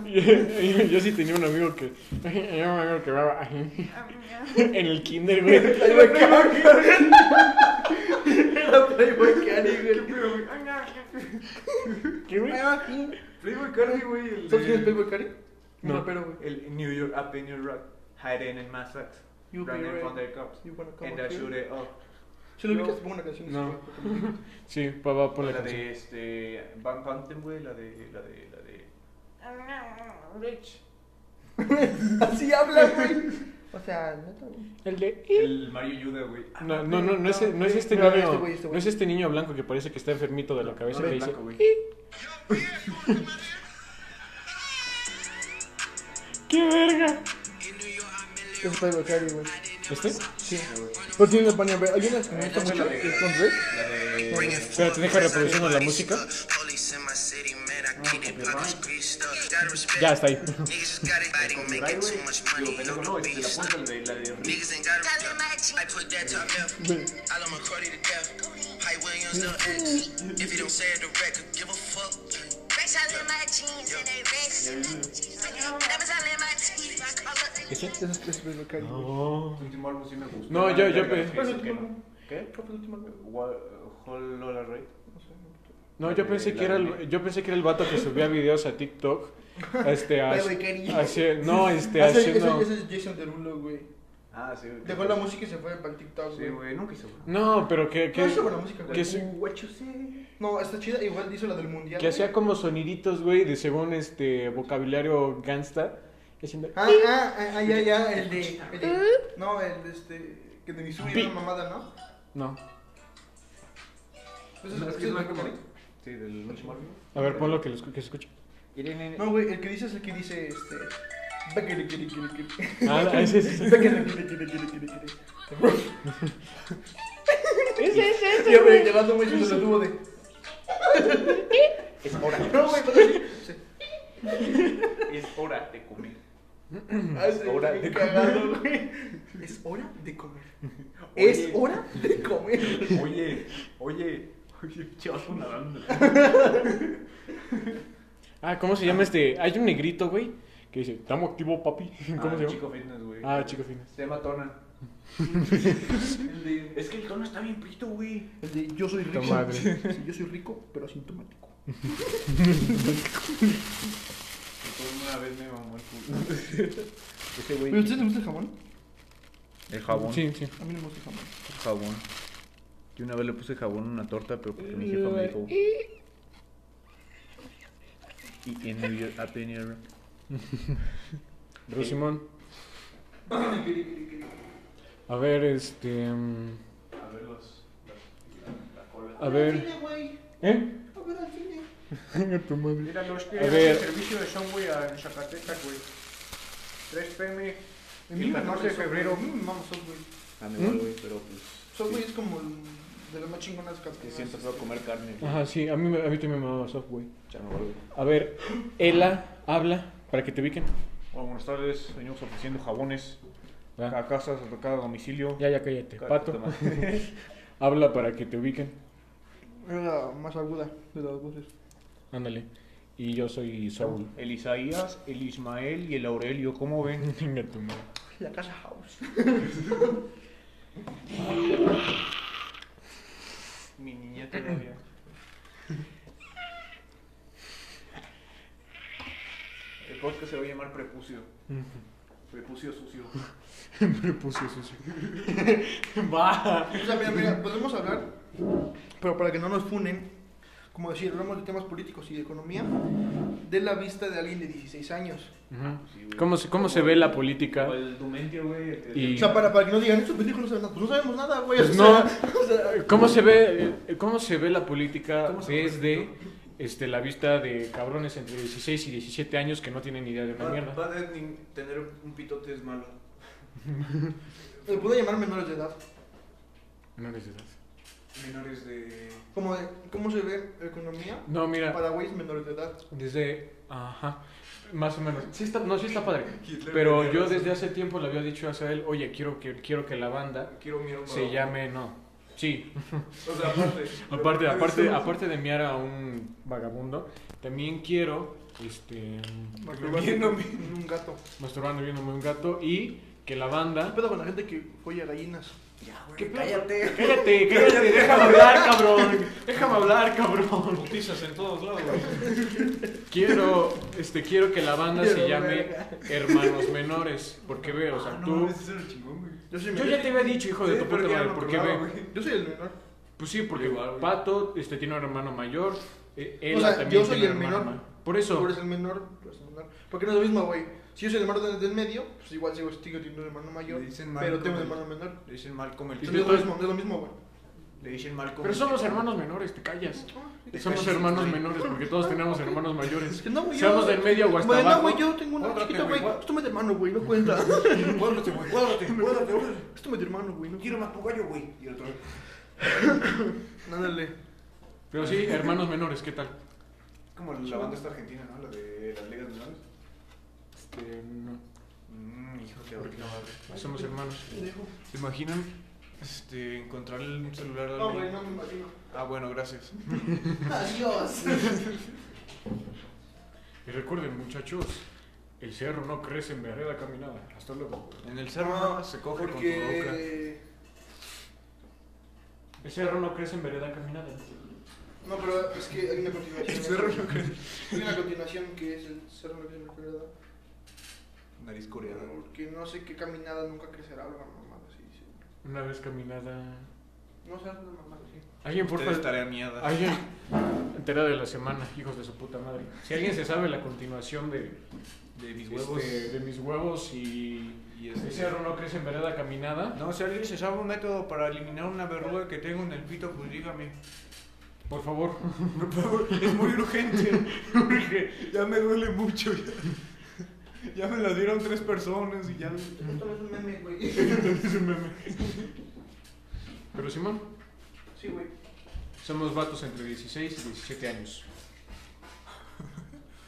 D: Yo, yo sí tenía un amigo que. Era un amigo que hablaba así. En el kinder, güey.
C: Playboy Cardi. Era Playboy Cardi, güey.
D: ¿Qué, güey?
B: Playboy Cardi, güey. el de-
C: ¿Sabes quién es Playboy Cardi? Un
D: No.
C: rapero, güey.
B: El New York, up in New York. Hiding in my socks.
C: You be
B: Running
C: ready.
B: from their cops.
C: You wanna come
B: And
C: up
B: I
C: here?
B: shoot it Oh, up.
C: Si lo ubicas, pongo una canción.
D: No.
C: No.
D: Sí, papá, por la
B: La
D: canción.
B: de este. Van Pantem, güey. La de. La de. La de.
E: Rich.
C: Así habla, güey. O sea, neta, güey.
D: El de.
B: El Mario Yuda, güey.
D: No, no, no, no es, no es este
C: "Eh". No, no,
D: niño.
C: este güey, este güey.
D: No es este niño blanco que parece que está enfermito de la cabeza
B: No, no
D: que
B: es
D: dice. "Eh".
B: blanco, güey.
D: ¡Qué verga!
C: es Playboy Cardi, güey.
D: ¿Este?
C: Sí. Pero tiene una panea, güey. Hay unas que me gusta mucho, que es con Drake.
B: La de.
D: Pero te deja reproduciendo la música.
F: Police in my city, man, I
D: Ya está ahí.
B: Digo, pendejo, no, este, la punta de la de Rick.
F: I put that top left. I love McCarty to death. Hype Williams, no edge. If you don't say it, the record, give a fuck.
C: Esas tres veces lo que hay, güey.
B: Tu último álbum sí me gustó.
D: No, yo- eh, yo pe-
C: ¿Cuál es el
B: pensé.
C: último álbum?
B: ¿Qué?
C: ¿Cuál fue el último álbum?
B: Wa- Whole Lola Ray.
C: No sé, no me acuerdo.
D: No, yo pensé que era el, yo pensé que era el vato que subía videos a TikTok. Este,
C: Ay,
D: hac-
C: güey, qué niño.
D: haci- no, este,
C: Ah, ese-
D: haciendo.
C: Ese ese es Jason Derulo, güey.
B: Ah, sí. güey.
C: Dejó la música y se fue para el TikTok,
B: Sí,
C: güey.
B: güey, nunca hizo. güey.
D: No, pero que,
C: ¿Qué
D: que,
C: hizo con la música, güey?
D: que se-
C: What you say. No, está chida. Igual hizo la del mundial.
D: que hacía como soniditos, güey, de según este vocabulario gangsta. Haciendo.
C: Ah, ah, ah, ah, ya, ya, el de, el de- No, el de este. Que de Missouri era
D: Pi.
C: una mamada, ¿no?
D: No.
C: Pues
B: No,
C: es-
B: es que
C: es-
B: no es como- Sí, del último álbum.
D: A ver, ponlo que, lo escu- que se escuche.
C: No, güey, el que dice es el que dice este. Bekele, kele, kele, kele.
D: Ah, no, ese es.
C: Bekele, kele, kele, kele, kele, kele.
G: Ese es ese.
C: Yo me llevando güey, se lo tuvo de.
B: Es hora.
C: No, güey, pero sí. sí.
B: Es hora de comer.
C: Ah, sí,
B: hora
C: bien
B: de
C: cagado, güey. Es hora de comer.
B: Oye.
C: Es hora de comer.
B: Oye, oye. Oye, chaval, nadando.
D: Ah, ¿cómo se llama este? Hay un negrito, güey, que dice, estamos activo, papi. ¿Cómo
B: Ah,
D: se llama?
B: Chico Fitness, güey.
D: Ah, Chico Fitness.
B: Se llama Tona. es que el tono está bien prito, güey.
C: El de yo soy rico.
D: madre.
C: Sí, yo soy rico, pero asintomático.
B: Una vez me mamó el culo. Ese
C: ¿Pero
B: güey.
C: ustedes les gusta el jamón?
B: El jabón.
D: Sí, sí.
C: A mí no me gusta el jamón.
B: El jabón. Yo una vez le puse jabón a una torta, pero porque mi jefa me dijo. Y en New Year, Happy New Year.
D: Pero Simón. A ver, este... mm,
B: A ver los. La cola.
D: A ver... ¿Eh? Venga tu madre.
B: Mira los que
D: A
B: hacen
D: ver.
B: servicio de Sunway en Zacatecas, güey. 3 pm. El
C: El
B: 14 de febrero.
C: Mm, Vamos, Subway.
B: Ah, me
D: ¿Mm?
B: voy, güey, pero pues.
C: Subway es como el de las más chingonas
B: Que
C: categorías.
B: siento que voy a comer carne.
D: Ajá, sí, a mí, me- a mí también me mamaba Softway.
B: Ya me voy, güey.
D: A ver, Ela, habla, para que te ubiquen.
B: Hola, buenas tardes. Venimos ofreciendo jabones.
D: Ya,
B: A casas, a cada domicilio.
D: Ah, ya, ya, cállate.
B: Cada-
D: Pato, habla para que te ubiquen.
C: Era la más aguda de las voces.
D: Ándale. Y yo soy Saúl.
B: El Isaías, el Ismael y el Aurelio, ¿cómo ven?
D: Venga tu madre.
C: La casa house.
B: Mi niña todavía. El podcast se va a llamar Prepucio. Prepucio sucio.
D: Prepucio sucio. Va.
C: O sea, mira, mira, podemos hablar, pero para que no nos funen, como decir, hablamos de temas políticos y de economía, de la vista de alguien de 16 años.
D: ¿Cómo se, cómo se ve la política?
B: O el Dumentio, güey. el-
D: Y-
C: O sea, para, para que no digan, estos pendejos no saben nada. Pues no sabemos nada, güey.
D: Pues
C: o
D: no.
C: sea, o sea,
D: ¿Cómo se ve, eh, cómo se ve la política
B: ¿Cómo se ve?
D: desde este, la vista de cabrones entre 16 y 17 años que no tienen idea de una mierda?
B: tener un pitote es malo.
C: eh, puedo llamar menores de edad.
D: Menores de edad.
B: Menores de.
C: Como de, ¿Cómo se ve economía
D: No, mira,
C: para güeyes menores de edad?
D: desde... Ajá, más o menos. Sí está, no, sí está padre.
B: Hitler
D: Pero
B: tenía
D: yo
B: razón.
D: desde hace tiempo le había dicho a él, oye, quiero que, quiero que la banda
B: Quiero mierda.
D: se llame... No, sí.
B: O sea, aparte.
D: Aparte, aparte, aparte de miar a un vagabundo, también quiero... Este,
C: Masturbarme en un gato.
D: masturbando viéndome un gato y que la banda...
C: ¿Qué pedo con la gente que folla gallinas?
D: Cállate, cállate, cállate, déjame hablar, cabrón. Déjame hablar, cabrón.
B: Putizas en todos lados, güey.
D: Quiero, este, quiero que la banda se
C: Pero
D: llame
C: verga.
D: Hermanos Menores. Porque ve, o sea,
B: Ah,
D: tú.
B: ese era el chingón, güey.
C: Yo soy
D: Yo
C: menor.
D: ya te había dicho, hijo de tu puta madre, porque ve.
C: Yo soy el menor.
D: Pues sí, porque
B: Igual, güey.
D: Pato este, tiene un hermano mayor. eh, Ela
C: O sea,
D: también
C: yo soy
D: tiene
C: el
D: hermano
C: menor.
D: ma- Por eso.
C: Tú eres el menor, tú eres el menor. Porque no es lo mismo, güey. Si yo soy el hermano del, del medio, pues igual sigo sigo teniendo un hermano mayor,
B: Le dicen mal
C: pero tengo un
B: como
C: hermano menor.
B: Le dicen mal como el
D: Y
C: Entonces
D: tú
C: no es lo
D: eres-
C: mismo, no es lo mismo, güey.
B: Le dicen mal como
D: Pero somos hermanos menores, te callas.
B: Te
D: Somos
B: callas,
D: hermanos
B: güey.
D: menores porque todos tenemos hermanos mayores.
C: Es que no, güey. yo-
D: Seamos del medio o hasta
C: Bueno, no,
D: abajo.
C: güey, yo tengo una
B: Cuádrate,
C: chiquita,
B: güey,
C: güey.
B: cuá-
C: Esto me de hermano, güey, no cuenta.
B: Cuádrate, güey, cuádrate, cuádrate, cuádrate.
C: Esto me de hermano, güey, no quiero.
B: Quiero más tu gallo, güey. Y el otro.
C: Ándale.
D: Pero sí, hermanos menores, ¿qué tal?
B: como la banda esta argentina, ¿no? La de las ligas menores.
D: Este, no.
B: Mmm, hijo de ahorita madre.
D: Somos hermanos.
C: Pendejo.
B: ¿Se imaginan este, encontrar el celular de
C: No,
B: alguien?
C: güey, no me imagino.
B: Ah, bueno, gracias.
C: Adiós.
D: Y recuerden, muchachos, el cerro no crece en vereda caminada. Hasta luego.
B: En el cerro se coge con tu boca.
C: porque...
D: El cerro no crece en vereda caminada.
C: No, pero es que hay una continuación.
B: El cerro no crece.
C: Hay una continuación que es el cerro no crece en vereda.
B: Nariz coreana.
C: Porque no sé qué caminada nunca crecerá, una mamada así. sí.
D: Una vez caminada.
C: No sé, una mamada así.
D: Alguien por
B: Ustedes
D: favor.
B: tarea miada.
D: Alguien. Entera de la semana, hijos de su puta madre. Si alguien se sabe la continuación de,
B: De mis
D: este,
B: huevos.
D: de mis huevos y.
B: Y
D: El
B: este-
D: cerro no crece en vereda caminada.
B: No, si alguien se sabe un método para eliminar una verruga que tengo en el pito, pues dígame.
D: Por favor.
B: Por favor, es muy urgente.
D: Urge.
B: Ya me duele mucho. Ya, Ya me la dieron tres personas y ya.
C: Esto no es un meme, güey.
D: Es un meme. Pero Simón,
C: Sí, güey.
D: somos vatos entre 16 y 17 años.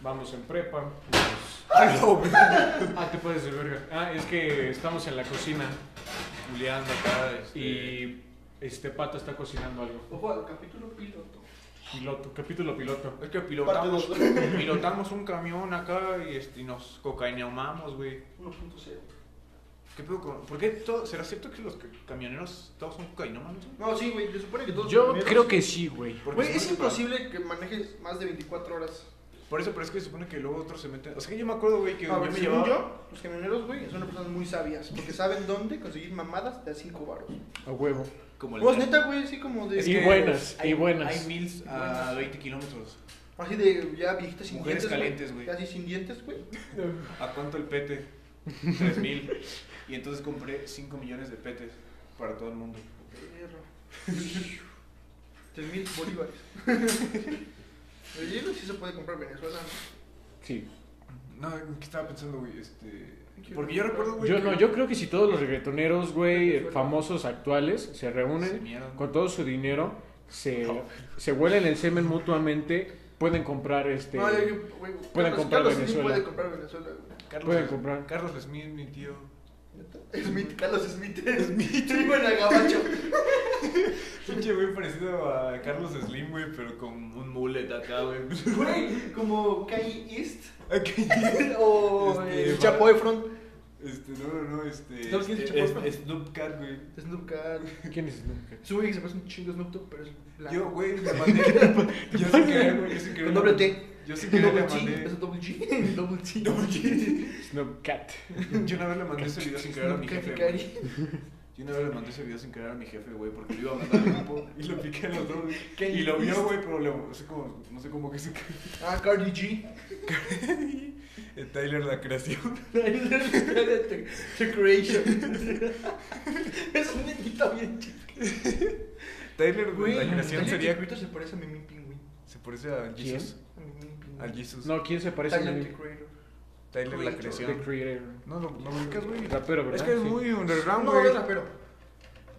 D: Vamos en prepa. Ah, te puedes de verga. Ah, es que estamos en la cocina
B: Julián acá. Este...
D: y este pato está cocinando algo.
C: Ojo al capítulo piloto.
D: Piloto, capítulo piloto.
B: Es que pilotamos, pilotamos un camión acá y este, nos cocaineomamos, güey.
C: 1.0.
B: ¿Qué pedo con.? ¿Por qué todo.? ¿Será cierto que los ca- camioneros todos son cocainómanos? güey?
C: No, sí, güey. Se supone que todos.
D: Yo
C: los primeros-
D: creo que sí, güey.
B: Porque
C: Güey,
B: se
C: es
B: supone que
C: imposible que manejes más de 24 horas.
B: para- Por eso, pero es que se supone que luego otros se meten. O sea que yo me acuerdo, güey, que
C: A
B: yo
C: ver,
B: me
C: Ah, según
B: llevaba.
C: yo, los camioneros, güey, son personas muy sabias. Porque saben dónde conseguir mamadas de a 5 baros.
D: A huevo.
B: Como el-
C: Vos, pues, neta, güey, así como de.
B: Es
D: Y
B: que
D: buenas,
B: hay-
D: y buenas.
B: Hay mils a 20 kilómetros.
C: Así de ya viejitas sin
B: Mujeres
C: dientes.
B: calientes, güey.
C: Casi sin dientes, güey.
B: ¿A cuánto el pete? 3000. Y entonces compré 5 millones de petes para todo el mundo.
C: Perro. 3000 bolívares. El hielo sí se puede comprar en Venezuela. ¿no?
D: Sí.
B: No, ¿qué estaba pensando, güey? Este.
C: Quiero
B: Porque yo recuerdo, güey.
D: Yo
B: que-
D: no, yo creo que si todos los reggaetoneros, güey, eh, famosos actuales, se
B: Se
D: reúnen
B: mieron.
D: con todo su dinero, se, se huelen el semen mutuamente, pueden comprar este...
C: No, yo- yo- güey, Carlos-
D: comprar
C: Carlos Slim
D: Venezuela.
C: puede comprar Venezuela, güey.
B: Carlos,
D: Pueden comprar.
B: Carlos Smith, mi tío.
C: Smith, Carlos Smith. Smith. Trigo en agabacho.
B: Pinche güey parecido a Carlos Slim, güey, pero con un mullet acá, güey.
C: Güey, como Kanye East.
B: Aquí-
C: o
B: Este,
C: el Chapo Efron.
B: este, no, no, no, este.
C: ¿Sabes quién es
B: este,
C: Chapo?
B: es- Snoop Cat, güey.
C: Snoop Dogg.
D: ¿Quién es?
C: Es un güey que se parece un chingo a Snoop Dogg, pero es blanco.
B: Yo, güey, le mandé. yo sin querer, güey. Yo sin querer.
C: Con doble T.
B: Yo sin
C: Es
B: querer le
C: doble G.
B: mandé.
C: Es doble G. Doble G.
B: Doble G.
D: Snoop Cat.
B: Yo una vez le mandé ese video sin querer a mi
C: Snoop
B: jefe.
C: Cati
B: güey.
C: Cari.
B: Yo una vez le mandé ese video sin querer a mi jefe, güey, porque lo iba a mandar al grupo y lo piqué en los dos. güey.
C: ¿Qué
B: Y lo
C: hiciste?
B: vio, güey, pero le- no sé cómo, no sé cómo que se
C: Ah, Cardi G.
B: El Eh, Tyler la creación.
C: The, the Creation. es un niñito bien chico.
B: Tyler güey, la creación
C: Alguien
B: sería.
C: que ahorita se parece a Mimín Pingüín.
B: Se parece a
D: ¿Quién?
B: Jesus.
C: A Mimín Pingüín.
B: Al Jesus.
D: No, ¿quién se parece a
C: Tyler, the
D: mí?
C: Creator.
B: Tyler la
C: Creator.
D: The
B: creación.
D: Creator.
B: No, lo, lo ubicas, güey.
D: Rapero, ¿verdad?
B: Es que es
D: Sí.
B: muy underground,
C: No, es
B: güey.
C: rapero.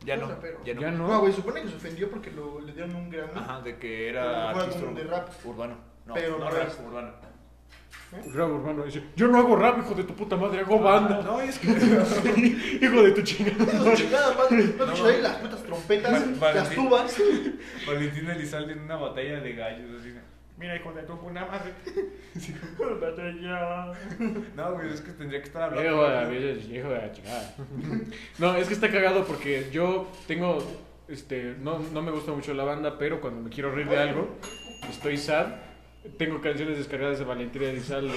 B: Ya
C: es
B: no,
C: rapero.
B: ya no.
D: Ya no.
C: No, güey, supone que se ofendió porque lo, le dieron un Grammy.
B: Ajá, de que
C: Pero
B: era
C: juega
B: artista
C: como de rap.
B: urbano. No,
C: Pero
B: no
C: no
B: rap
C: es.
B: urbano.
D: Rap urbano dice, yo no hago rap, hijo de tu puta madre, hago banda.
B: No, es que.
D: hijo de tu chingada.
C: Su chingada madre, no
B: No,
C: te
B: güey.
C: ahí las putas trompetas,
B: Vale, vale,
C: las
B: sí.
C: tubas.
B: Valentín Elizalde en una batalla de gallos, así. Mira, hijo de tu puta madre. No, güey, es que tendría que estar hablando.
D: Hijo de la vida, hijo de la chingada. No, es que está cagado porque yo tengo. Este, no, no me gusta mucho la banda, pero cuando me quiero reír de algo, estoy sad. Tengo canciones descargadas de Valentina Elizalde.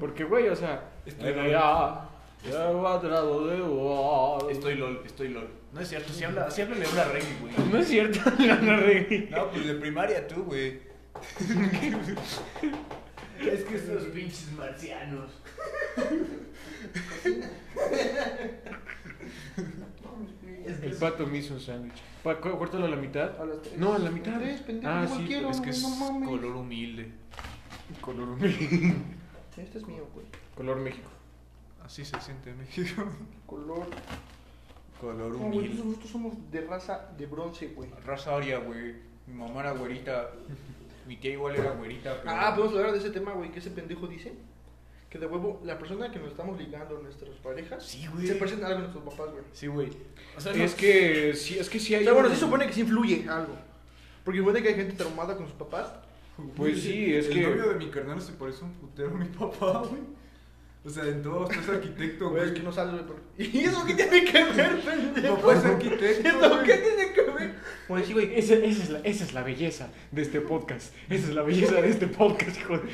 D: Porque, güey, o sea.
B: Estoy-
D: ya, ya cuadrado de wall.
B: Estoy lol, estoy lol. No es cierto, si habla, si habla le habla reggae, güey.
D: No es cierto, no, no reí.
B: No, pues de primaria tú, güey.
F: Es que estos pinches marcianos.
D: El pato me hizo un sándwich. Pa- cu- Córtalo a la mitad.
C: A las tres.
D: No, a la mitad.
C: Tres, pendejo,
D: ah,
C: igual
D: sí,
C: quiero.
B: Es que es
C: No mames.
B: color humilde.
D: Color humilde.
C: Este es mío, güey.
D: Color México.
B: Así se siente México.
C: Color.
B: Color
C: No, güey,
B: humilde.
C: nosotros somos de raza de bronce, güey.
B: Raza aria, güey. Mi mamá era güerita. Mi tía igual era güerita, pero.
C: Ah, podemos hablar de ese tema, güey, que ese pendejo dice que de huevo la persona que nos estamos ligando, nuestras parejas,
B: Sí, güey.
C: se parecen algo a nuestros papás, güey.
B: Sí, güey. O sea,
D: Es
B: no-
D: que sí, es que sí
C: O
D: hay.
C: sea, bueno,
D: un-
C: sí supone que sí influye algo. Porque supone que hay gente traumada con sus papás.
D: Pues sí, es
B: el
D: que-
B: novio de mi carnal se parece un putero a mi papá, güey. O sea, en todo, tú es arquitecto,
C: Güey, pues es
B: güey.
C: que no sale, güey. pero- ¿Y eso qué tiene que ver, pendejo?
B: Papá es arquitecto,
C: ¿Eso
B: pues, güey.
C: qué tiene que ver? Bueno, sí, güey.
D: Esa, esa es la, esa es la belleza de este podcast. Esa es la belleza de este podcast, hijo de-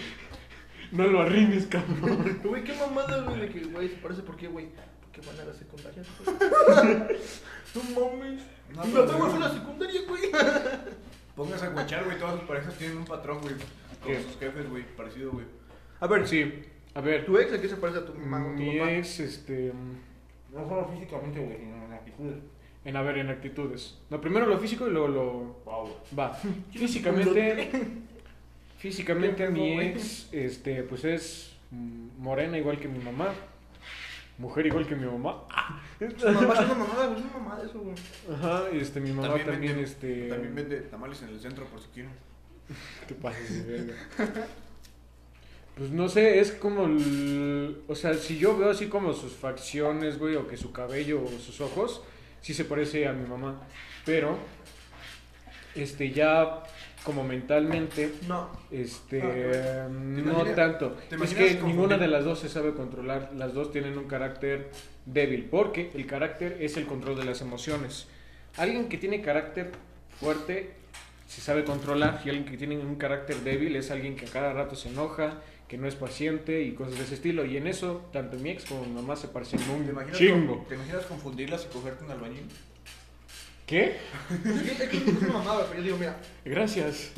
D: No lo arrimes, cabrón.
C: Güey, qué mamada, güey, de que, güey, se parece, ¿por qué, güey? Porque van a la secundaria.
B: No mames. No,
C: No,
B: pero-
C: estamos en la secundaria, güey.
B: Póngase a guachar, güey. Todas sus parejas tienen un patrón, güey.
D: ¿Qué?
B: Con sus jefes, güey. Parecido, güey.
C: A ver,
D: Sí, a ver.
C: ¿tu ex a qué se parece a tu mamá o tu
D: Mi
C: papá?
D: ex, este.
B: No solo físicamente, güey, sino en actitud.
D: En, a ver, en actitudes. No, primero lo físico y luego lo.
B: Wow.
D: Va. Físicamente. Físicamente, mi ex, este, pues es mm, morena igual que mi mamá. Mujer igual que mi mamá.
C: Tu mamá es una mamada, güey, es una mamada eso, güey.
D: Ajá, este, mi mamá también, este.
B: También vende tamales en el centro, por si quieren.
D: Te pases de verga. Pues no sé, es como. el- O sea, si yo veo así como sus facciones, güey, o que su cabello o sus ojos, sí se parece a mi mamá. Pero, este, ya como mentalmente,
C: No.
D: este.
C: Ah, claro.
D: no
B: imaginas-
D: tanto.
B: te
D: Es
B: imaginas
D: que
B: confundir-
D: ninguna de las dos se sabe controlar. Las dos tienen un carácter débil. Porque el carácter es el control de las emociones. Alguien que tiene carácter fuerte se sabe controlar. Y alguien que tiene un carácter débil es alguien que a cada rato se enoja, que no es paciente y cosas de ese estilo. Y en eso, tanto mi ex como mi mamá se parecen
B: ¿Te
D: un
B: imaginas,
D: chingo.
B: ¿Te imaginas confundirlas y cogerte un albañil?
D: ¿Qué?
C: Es que es que es una mamada, pero yo digo, mira,
D: Gracias.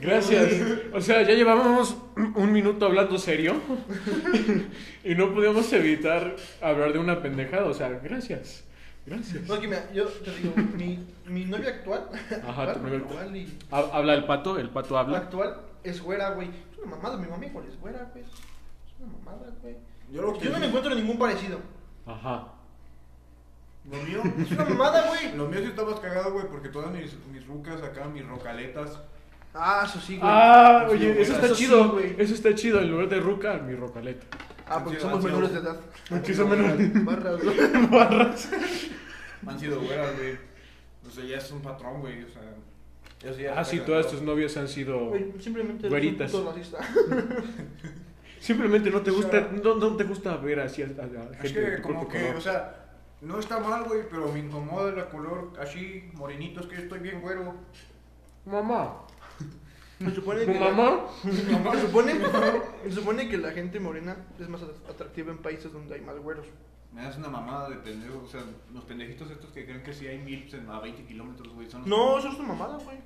D: Gracias. O sea, ya llevábamos un minuto hablando serio y no podíamos evitar hablar de una pendejada. O sea, gracias. Gracias.
C: no, es que mira, yo te digo, mi, mi novia actual,
D: Ajá, tu novia actual.
C: actual, y-
D: Ha- Habla el pato, el pato
C: la
D: habla.
C: actual es güera, güey. Es una mamada, mi mamá igual es güera, güey. Es una mamada, güey.
B: Yo lo
C: Yo no me encuentro ningún parecido.
D: Ajá.
B: Lo mío.
C: Es una mamada, güey.
B: Lo mío sí está más cagado, güey, porque todas mis, mis rucas acá, mis rocaletas.
C: Ah, eso sí, güey.
D: Ah,
B: Sí,
D: oye,
B: güey.
D: eso está
C: Eso sí,
D: chido.
C: güey.
D: Eso está chido. En lugar de ruca, mi rocaleta.
C: Ah, porque
B: Sí,
C: somos
B: sí,
C: menores de
B: güey.
C: edad.
D: Porque son menores.
C: Barras, güey.
D: Barras.
B: Han sido güeras, güey. O sea, ya es un patrón, güey. O sea. Eso ya
D: Ah,
B: está
D: sí,
B: cagado.
D: todas tus novias han sido.
C: Güey, Simplemente
D: Güeritas.
C: eres un puto racista.
D: Simplemente no te gusta, no, no te gusta ver así a, a- a
B: Es
D: gente de
B: que
D: tu
B: como
D: cuerpo
B: que,
D: color.
B: o sea, no está mal, güey, pero me incomoda el color así, morenito, es que yo estoy bien güero.
D: Mamá.
C: Se supone
D: ¿Tu
C: que la-
D: mamá?
C: Se supone, se supone que la gente morena es más at- atractiva en países donde hay más güeros.
B: Me das una mamada de pendejo, o sea, los pendejitos estos que creen que sí hay mil pues, a 20 kilómetros, güey, son los-
C: No, eso es una mamada, güey.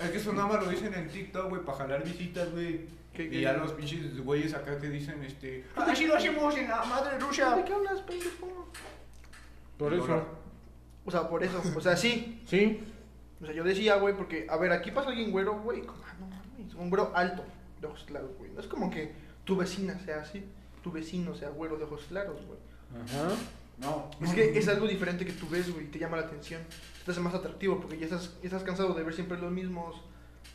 B: Es que eso nada más lo dicen en TikTok, güey, para jalar visitas, güey.
C: ¿Qué- qué?
B: Y ya los pinches güeyes acá que dicen, este, así lo hacemos en la madre
C: ¿De
B: Rusia.
C: qué hablas, pendejo?
D: Por
B: Ahora,
D: eso.
C: O sea, por eso. O sea, sí.
D: Sí.
C: O sea, yo decía, güey, porque, a ver, aquí pasa alguien güero, güey. como, ah, no mames, un güero alto, de ojos claros, güey. No es como que tu vecina sea así, tu vecino sea güero de ojos claros, güey.
D: Ajá.
B: No.
C: Es que es algo diferente que tú ves, güey, y te llama la atención. Te hace más atractivo porque ya estás, ya estás cansado de ver siempre los mismos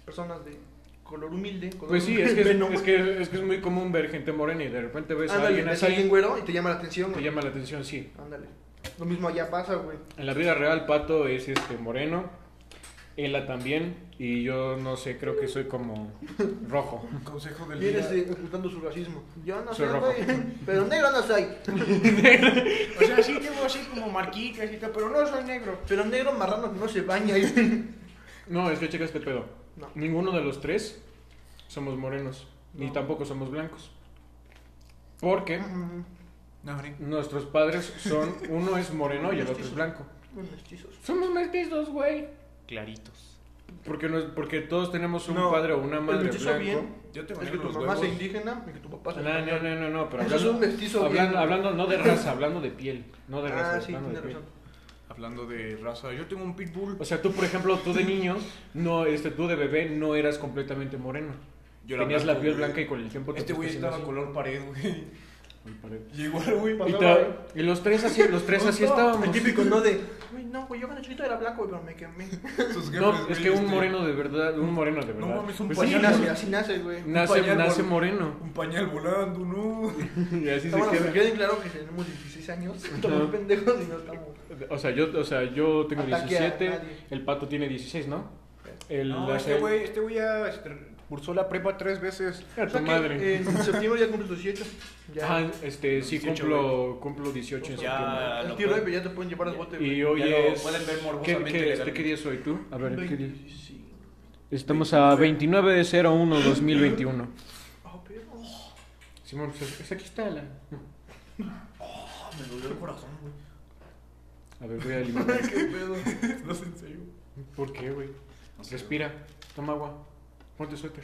C: personas de color humilde. color
D: Pues sí, es que es,
C: humilde, ¿no?
D: es que, es que es muy común ver gente morena y de repente ves a
C: Ándale,
D: alguien
C: ves
D: así.
C: a alguien güero y te llama la atención,
D: Te
C: güey.
D: llama la atención, sí.
C: Ándale. Lo mismo allá pasa, güey.
D: En la vida real, Pato es este moreno. Ella también. Y yo no sé, creo que soy como rojo.
B: Consejo del
C: Viene
B: día.
C: este, ocultando su racismo. Yo no
D: Soy
C: sé,
D: rojo.
C: güey. Pero negro no soy.
B: O sea, sí llevo así como marquitas y todo, pero no soy negro.
C: Pero negro marrano que no se baña. y-
D: No, es que checa este pedo.
C: No.
D: Ninguno de los tres somos morenos. Ni
C: No.
D: tampoco somos blancos. Porque
C: Mm,
B: No, Frank.
D: nuestros padres son. Uno es moreno y el otro es blanco.
C: Unos mestizos.
D: Somos mestizos, güey.
B: Claritos.
D: Porque, no es- porque todos tenemos un
C: No,
D: padre o una
C: el
D: madre
C: mestizo
D: blanco.
C: bien
B: Yo te
C: es
B: imagino
C: que tu
B: los
C: mamá sea
B: huevos.
C: indígena y que tu papá sea
D: No, no,
C: español.
D: no, no, no, pero
C: Eso
D: hablando,
C: es un mestizo
D: hablando,
C: bien.
D: hablando no de raza, hablando de piel, no de raza,
C: Ah, sí,
D: hablando de
C: tienes
D: piel.
C: razón.
B: Hablando de raza, yo tengo un pitbull.
D: O sea, tú, por ejemplo, tú de niño, no, este, tú de bebé no eras completamente moreno.
B: Yo era
D: Tenías la
B: blanco,
D: piel
B: güey.
D: blanca y con el tiempo te
B: Este güey
D: fuiste haciendo
B: estaba
D: así.
B: color pared, güey.
D: el pared.
B: Y igual, güey.
D: Y,
C: Pasaba,
D: ta-
C: güey.
D: y los tres así, los tres así estábamos.
B: El típico ¿eh? no de
C: Güey, no, güey, yo cuando chiquito era blanco, güey, pero me quemé.
B: sus jefes.
D: No,
B: güey,
D: es que un
B: este,
D: moreno de verdad, un moreno de verdad.
B: mames, un
D: Pues sí,
C: Así
B: pañal,
D: nace,
C: nace, así nace, güey.
D: nace,
B: pañal,
D: nace
B: güey.
D: moreno.
B: Un pañal volando, no.
D: Y así
C: Ah, bueno,
D: se
C: que
D: queda.
C: queden claro que tenemos 16 años, estamos
D: Ajá.
C: pendejos y no estamos.
D: O sea, yo, o sea, yo tengo
C: Ataque a
D: 17,
C: nadie.
D: el pato tiene 16, ¿no? El,
B: No,
D: la-
B: este güey este güey ya este, cursó la prepa tres veces.
D: A
C: O sea
D: tu
C: que
D: madre.
C: En septiembre ya cumples 18. Ya.
D: Ah, este, sí,
B: 18,
D: cumplo, cumplo 18 en
B: Ya,
C: el
B: lo
C: tío
B: pueden-
C: Loipe ya te pueden llevar al bote,
D: septiembre. Ah, Y
C: güey.
D: hoy
B: ya lo
D: es...
B: pueden ver
D: ¿qué,
B: morbosamente
D: qué, este,
B: legalmente.
D: ¿Qué día es hoy tú? A ver, ¿qué día?
C: 25.
D: Estamos a 29 de 01 2021.
C: Ah, perro.
D: Simón, pues, es- aquí está la...
B: Ah, me dolió el corazón, güey.
D: A ver, voy a alimentar.
C: Qué pedo.
B: No sé, en serio.
D: ¿Por qué, güey? Respira, toma agua, ponte suéter.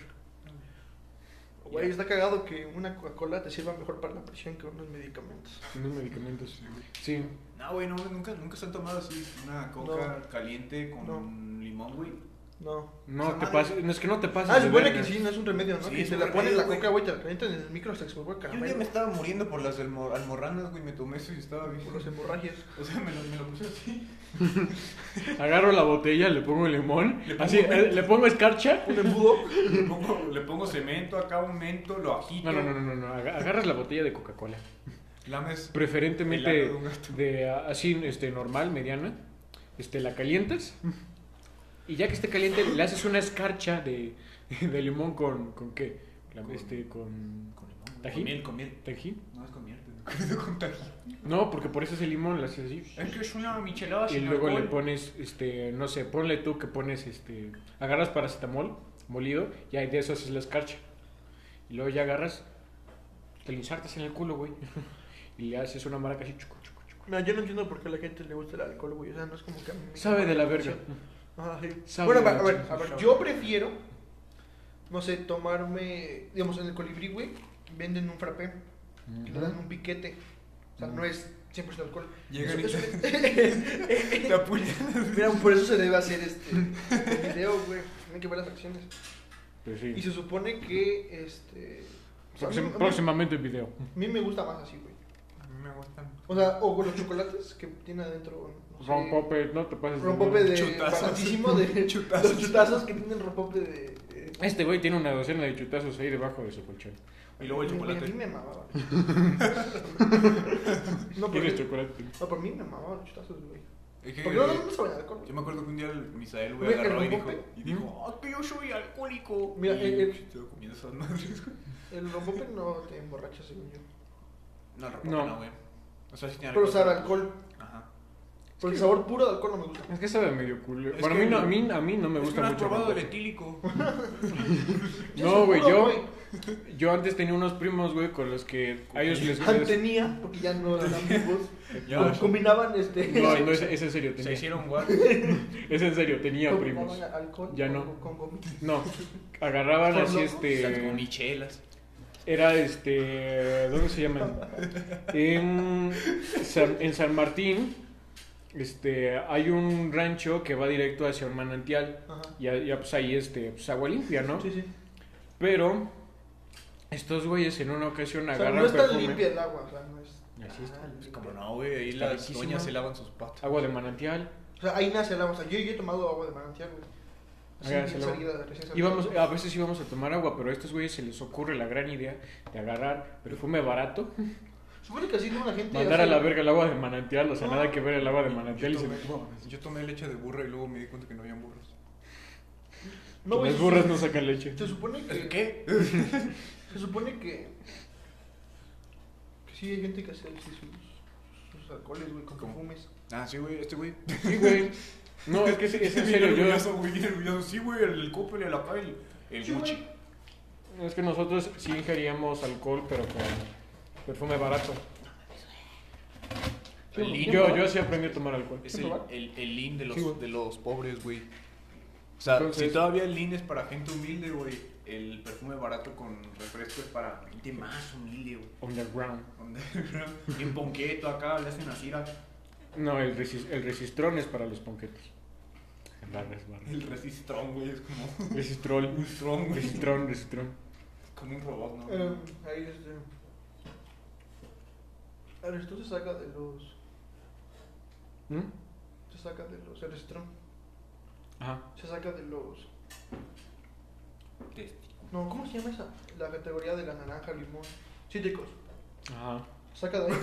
C: Güey, está cagado que una Coca-Cola te sirva mejor para la presión que unos medicamentos.
D: Unos medicamentos. Sí,
B: No, güey, no, nunca, nunca se han tomado así una coca caliente con
C: No.
B: un limón, güey.
C: No.
D: no
B: Esa
D: te
B: madre.
D: pases, no, es que no te pases.
C: Ah,
D: de
C: se supone que
D: verga.
C: sí, no es un remedio, ¿no?
B: Sí,
C: que
B: es
C: te
B: un
C: la pones
B: remedio,
C: la
B: güey.
C: coca, güey, te la calientan en el micro hasta que se vuelva
B: Yo un día
C: caramelo.
B: me estaba muriendo por las almor- almorranas, güey, me tomé eso y estaba bien.
C: Por las hemorragias.
B: O sea, me lo, me lo puse así.
D: Agarro la botella, le pongo limón,
B: Le pongo-
D: así, eh, le pongo escarcha.
C: Un embudo.
B: Le pongo, le pongo cemento acá, un mento, lo agito.
D: No, no, no, no, no, no, aga- agarras la botella de Coca-Cola.
B: Lames. El
D: Preferentemente
B: ano de un gato.
D: de ah, así, este, normal, mediana. Este, la calientas. Y ya que esté caliente, le haces una escarcha de, de limón con, ¿con qué? La-
B: Con-
D: este, con...
B: Con limón. güey.
D: ¿Tajín?
B: Con miel, con miel.
D: ¿Tajín?
B: No es con miel, pero con tajín.
D: No, porque por eso es el limón, le haces así.
B: Es que es una michelada
D: Y
B: Ah, sin
D: luego le
B: alcohol.
D: pones, este, no sé, ponle tú que pones, este, agarras paracetamol molido y ahí de eso haces la escarcha. Y luego ya agarras, te lo insertas en el culo, güey. Y le haces una maraca así, chucu, chucu, chucu.
C: Mira, yo no entiendo por qué a la gente le gusta el alcohol, güey. O sea, no es como que a mí me
D: Sabe de la verga.
C: presión. Ah, sí.
D: Sabe
C: bueno,
D: de
C: a
D: la
C: ver,
D: chingada.
C: a ver, yo prefiero, no sé, tomarme, digamos, en el colibrí, güey, venden un frappé, y le dan un piquete. O sea, no es 100% alcohol.
B: Llegan
C: Eso-
B: y
C: eso-
B: Te apuñalan.
C: Mira, por eso se debe hacer este el video, güey. Tienen que ver las acciones.
D: Pues
C: Y
D: sí.
C: se supone que, este... o sea, a mí-
D: Próxim-
C: a mí-
D: próximamente el video.
C: A mí me gusta más así, güey.
B: A mí me gustan.
C: O sea, o con los chocolates que tiene adentro, no sé...
D: Rompope, no te pases. de
C: Rompope
D: verga.
C: de
B: Chutazos.
C: baratísimo de
B: Chutazos.
C: los chutazos que tienen rompope de eh,
D: Este güey tiene una docena de chutazos ahí debajo de su colchón.
B: Y luego el
C: a mí- A mí
B: chocolate.
C: me mamaba. no, por
D: ¿Quieres
C: mí,
D: chocolate?
C: no, por mí me mamaban los chutazos, güey.
B: Es que,
C: Porque no, no,
B: eh,
C: no saben alcohol.
B: Yo me acuerdo que un día el Misael,
C: Güey,
B: güey,
C: el
B: agarró y dijo,
C: rompope.
B: y dijo, ah, que yo soy alcohólico.
C: Mira,
B: y
C: el-
D: eh,
C: el-
B: estaba comiendo esas madres, güey.
C: El rompope no te emborracha, según yo.
B: No, el rompope
D: No.
B: no, güey. O sea, sí tiene
C: Pero, o sea, el alcohol.
B: Ajá.
C: Pero el sabor puro de alcohol no me gusta.
D: Es que sabe medio culo.
B: Es
D: Bueno, a
B: que-
D: mí no, a mí, a mí no me
B: es
D: gusta
B: que no has
D: mucho.
B: probado el
D: Rompope.
B: etílico.
C: Yo soy
D: No, güey,
C: puro,
D: yo, yo antes tenía unos primos, güey, con los que a ellos les...
C: Ah, tenía, porque ya no eran amigos.
B: Ya.
C: Combinaban este.
D: No, no, es, es en serio,
B: Se
D: tenía.
B: hicieron guar.
D: Eh. Es en serio, tenía
C: combinaban
D: primos.
C: alcohol
D: Ya
C: con-
D: no.
C: Con gomitas.
D: No, agarraban
C: ¿Con
D: así
C: locos?
B: Con
D: este...
B: michelas.
D: Era este... ¿Dónde se llaman? En San, en San Martín, este, hay un rancho que va directo hacia un manantial.
C: Ajá.
D: Ya, ya pues ahí, este, pues agua limpia, ¿no?
C: Sí, sí.
D: Pero estos güeyes en una ocasión
C: O sea,
D: agarran
C: no está
D: perfume.
C: limpia el agua, o sea, no es.
D: Así está.
C: Ah,
B: Pues como no, güey, ahí
D: Está
B: las
D: riquísima.
B: doñas se lavan sus patas.
D: Agua de manantial.
C: O sea, ahí nace el agua. O sea, yo, yo he tomado agua de manantial, güey. Así,
D: Hágase
C: bien
D: luego.
C: salida de recién salida.
D: Íbamos, a veces íbamos a tomar agua, pero a estos güeyes se les ocurre la gran idea de agarrar perfume barato,
C: Supone que así como la gente.
D: mandar a
C: hace-
D: la verga el agua de manantial, o sea, nada que ver el agua de manantial y
B: Yo
D: se
B: tomé, yo tomé leche de burra y luego me di cuenta que no habían burros.
C: No, güey.
D: Las
C: se-
D: burras no sacan leche.
C: Se supone que.
B: ¿Qué?
C: Se supone que. Que sí hay gente que hace así sus. Sus alcoholes, güey, con
B: ¿Cómo?
C: perfumes.
B: Ah, sí, güey, este güey.
D: Sí, güey. No, es que es, es
B: Bien
D: en serio, yo...
B: orgulloso, güey, bien orgulloso. Sí, güey, el, el Coppel y el acá, el, el
C: Sí, güey.
B: Gucci.
D: Es que nosotros sí ingeríamos alcohol, pero con perfume barato.
B: El
C: Sí,
B: Lin.
D: Yo, yo así aprendí a tomar alcohol.
B: Es el, el, el lean de los,
D: Sí, güey.
B: de los pobres, güey. O sea,
D: Entonces-
B: si todavía el lean es para gente humilde, güey, el perfume barato con refresco es para gente más humilde, güey.
D: Underground.
B: Donde bien ponqueto acá, le hacen así a-
D: No, el, resis- el resistrón es para los ponquetos. Barras, barras.
B: el resistrón, güey, es como
D: Resistrol.
B: un strong, güey. Ah.
D: Resistrón, resistrón.
B: Como un robot, ¿no?
C: Eh, ahí este. Eres tú se saca de los.
D: ¿Mm?
C: Se saca de los. Eres Trump.
D: Ajá.
C: Se saca de los. No, ¿cómo se llama esa? La categoría de la naranja, limón. Cítricos.
D: Ajá.
C: Saca de ahí.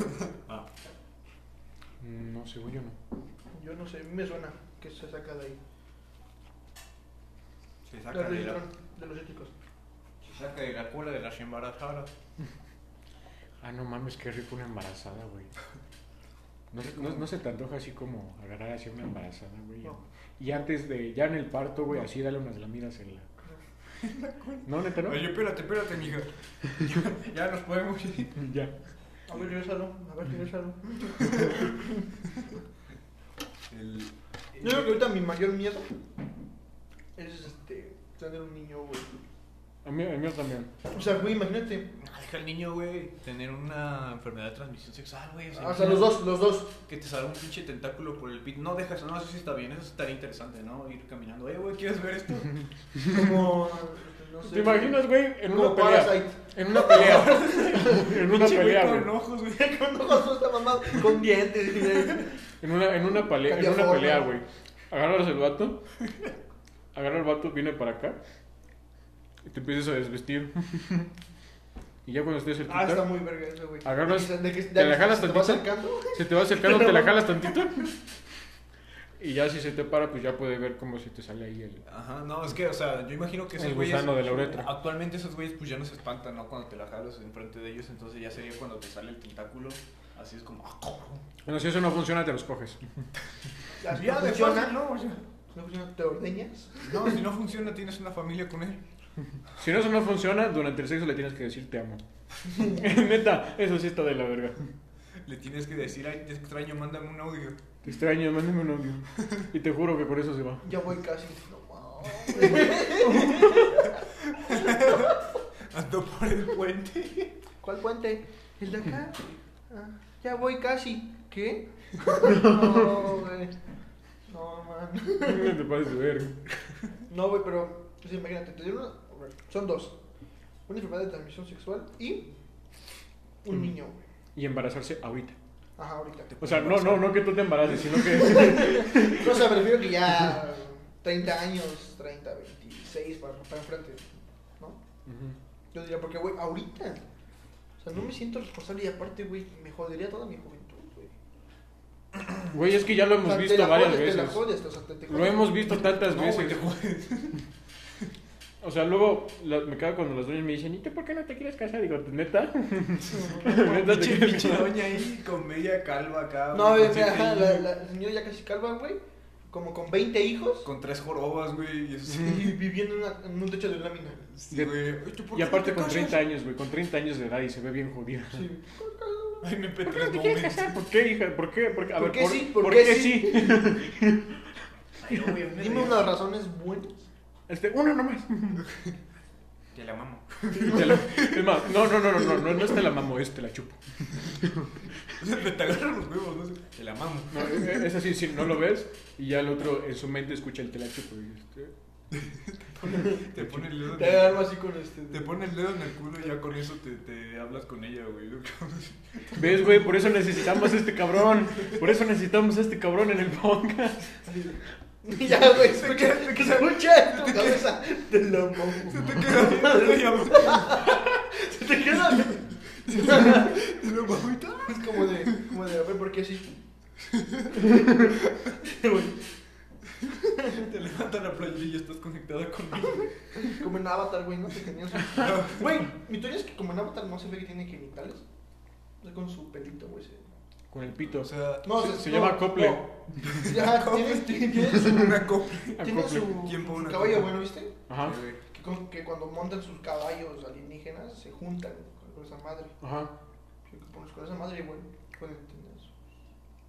D: No, según yo no.
C: Yo no sé, a mí me suena que se saca de ahí.
B: Se
C: La
B: saca de la,
C: registrón de los cítricos.
B: se saca de la cola de las embarazadas.
D: Ah, no mames, qué rico una embarazada, güey. No, se- no, no se te antoja así como agarrar así una embarazada, güey.
C: No.
D: Y antes de, ya en el parto, güey, así dale unas lamidas en la. No, neta, no.
B: Oye, espérate, espérate, mija. Ya, ya nos podemos ir.
D: Ya.
C: A ver, regresalo. A ver, regresalo.
B: El,
C: Yo creo que ahorita mi mayor miedo es este, tener un niño, güey.
D: A mí, el mío también.
C: O sea, güey, imagínate.
B: Ah, Deja al niño, güey, tener una enfermedad de transmisión sexual, güey. O sea,
C: Hasta Ah, los dos, los dos.
B: Que te salga un pinche tentáculo por el pit. No, deja eso, no, eso sí está bien, eso estaría interesante, ¿no? Ir caminando. Eh, güey, ¿quieres ver esto?
C: Como. No sé,
D: ¿Te imaginas, güey, en
C: Como
D: una pelea?
C: Parasite.
D: En una pelea. en una
B: Pinche güey
D: pelea,
B: con
D: güey.
B: ojos, güey.
C: Con ojos, esta mamá, con dientes. y de-
D: En una, en una, pelea, en una
C: Cambiaforma.
D: pelea, güey. Agarras el vato. Agarra el vato, viene para acá. Y te empiezas a desvestir. y ya cuando estés cerquita,
C: Ah, está muy verga eso, güey.
D: Agarras-
C: De que- de que-
D: te la jalas
C: se te va
D: tantito.
C: acercando.
D: se te va acercando, te la jalas tantito. Y ya si se te para, pues ya puede ver cómo se te sale ahí el...
B: Ajá, no, es que, o sea, yo imagino que
D: El
B: esos güeyes.
D: gusano de la uretra.
B: Actualmente esos güeyes, pues ya no se espantan, ¿no? Cuando te la jalas enfrente de ellos, entonces ya sería cuando te sale el tentáculo. Así es como, ah, ¿cómo?
D: Bueno, si eso no funciona, te los coges.
C: Las
B: Ya,
C: no
B: de
C: funciona.
B: fácil, ¿no? O sea,
C: No funciona, te ordeñas.
B: no, si no funciona, tienes una familia con él.
D: Si no, eso no funciona, durante el sexo le tienes que decir te amo. Neta, eso sí está de la verga.
B: Le tienes que decir, ay, te extraño, mándame un audio.
D: Te extraño, mándame un audio. Y te juro que por eso se va.
C: Ya voy casi. No mames.
B: Ando por el puente.
C: ¿Cuál puente? El de acá. Ah, ya voy casi. ¿Qué? No, güey. No, man.
D: No te pases de verga.
C: No, güey, pero. pues, imagínate, te dieron una. a ver, Son dos. Una enfermedad de transmisión sexual y.
D: Mm.
C: Un niño, güey.
D: Y embarazarse ahorita.
C: Ajá, ahorita.
D: O sea, no, no, no que tú te embaraces, sino que.
C: No, o sea, prefiero que ya. 30 años, 30, 26, para, para enfrente. ¿No? Yo diría, porque, güey, ahorita. O sea, no me siento responsable y aparte, güey, me jodería toda mi juventud, güey.
D: Güey, es que ya lo
C: O sea,
D: hemos
C: te
D: visto
C: la
D: varias
C: jodes, te la
D: veces.
C: jodes, o sea, te- te
D: Lo
C: jodes.
D: hemos visto tantas
B: No, güey, te
D: veces.
B: jodes.
D: O sea, luego la- me cago cuando las doñas me dicen, ¿y tú por qué no te quieres casar? Digo, "Pues, neta. neta te
B: Pinche,
D: quieres
B: pinche
D: casar.
B: doña ahí con media calva acá.
C: No,
B: güey,
C: güey,
B: con
C: mira,
B: siete
C: ajá,
B: niños,
C: la, la señora ya casi calva, güey. Como con 20 hijos.
B: Con tres jorobas, güey. Y así.
C: Y viviendo en, una- en un techo de lámina.
B: Sí, güey. Ay, ¿tú por
D: Y
B: qué
D: aparte
B: no te
D: con
B: casas?
D: 30 años, güey, con 30 años de edad y se ve bien jodida.
C: Sí.
B: Ay, me
D: ¿Por qué no
B: petré
D: te quieres casar? ¿Por qué, hija? ¿Por qué? ¿Por qué? A ver,
C: ¿Por qué sí? ¿Por qué sí?
B: momentos.
C: Dime unas razones buenas.
D: Este, uno nomás.
B: Te la mamo.
D: Te la- es más, no, no, no, no, no, no, no es te la mamo, es te la chupo.
B: Me te agarran los huevos, no sé. Te la mamo.
D: No, eh, es así, si no lo ves, y ya el otro en su mente escucha el te la chupo. Y este,
B: Te pone el dedo en
C: Te
B: el,
C: agarro así con este.
B: te pone el dedo en el culo y ya con eso te, te hablas con ella, güey.
D: ¿Ves, güey? Por eso necesitamos a este cabrón. Por eso necesitamos a este cabrón en el podcast.
C: ya, güey, escucha, escucha en tu cabeza. Te lo mamo.
B: Te quedas viendo y hablas.
C: Se te queda.
B: Y lo mamo y tal.
C: Es como de, como de, a ver, ¿por qué sí?
B: Te levantan la playa y ya estás conectada conmigo.
C: Como en Avatar, güey, ¿no? Que tenían su- Güey, mi teoría es que como en Avatar no se ve que tiene genitales. O sea, con su pelito, güey. se-
D: Con el pito.
B: O sea,
C: No,
D: Se-
C: o sea,
D: se
C: no,
D: llama acople.
C: no. Ya, tiene, tiene, tiene su,
B: una copa.
C: tiene
D: Acople.
C: su-
B: ¿Quién pone
C: su
B: una
C: caballo,
B: copa?
C: bueno, ¿viste?
D: Ajá.
B: Sí, güey.
C: Que, con- que cuando montan sus caballos alienígenas se juntan con- con esa madre.
D: Ajá.
C: Yo que pones con esa madre, güey, pueden tener eso.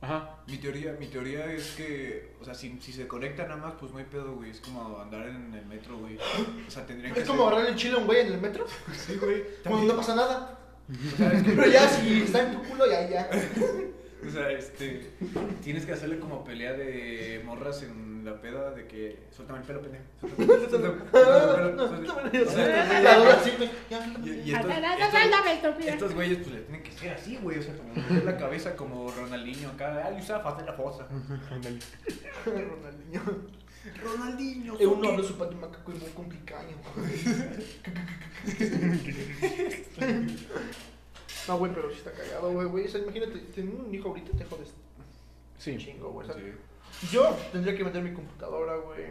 D: Ajá.
B: Mi teoría, mi teoría es que, o sea, si, si se conectan nada más, pues no hay pedo, güey. Es como andar en el metro, güey. O sea, tendrían que
C: Es como
B: ser-
C: agarrar el chile a un güey en el metro.
B: Sí, güey. También,
C: Cuando no pasa nada.
B: o sea, es que-
C: Pero ya, si está en tu culo, ya, ya.
B: O sea, este. Tienes que hacerle como pelea de morras en la peda de que. Suéltame el pelo, pendejo. Suéltame el pelo, suéltame el pelo, suéltame el pelo". O sea,
C: La dura así, güey.
B: y- y
H: Ah,
B: estos-
H: ah, ah,
B: estos-
H: Dame estúpida.
B: Estos güeyes pues le tienen que ser así, güey. O sea, como meter la cabeza como Ronaldinho acá. Ah, yo usaba hacer la fosa.
C: Ronaldinho. Eh,
B: Ronaldinho.
C: Es un hombre su pato macaco y muy con picaña. No, güey, pero sí está cagado, güey, güey. O sea, imagínate, teniendo un hijo ahorita te jodes.
D: Sí.
C: Chingo, güey. o sea,
B: Sí,
C: Yo tendría que vender mi computadora, güey.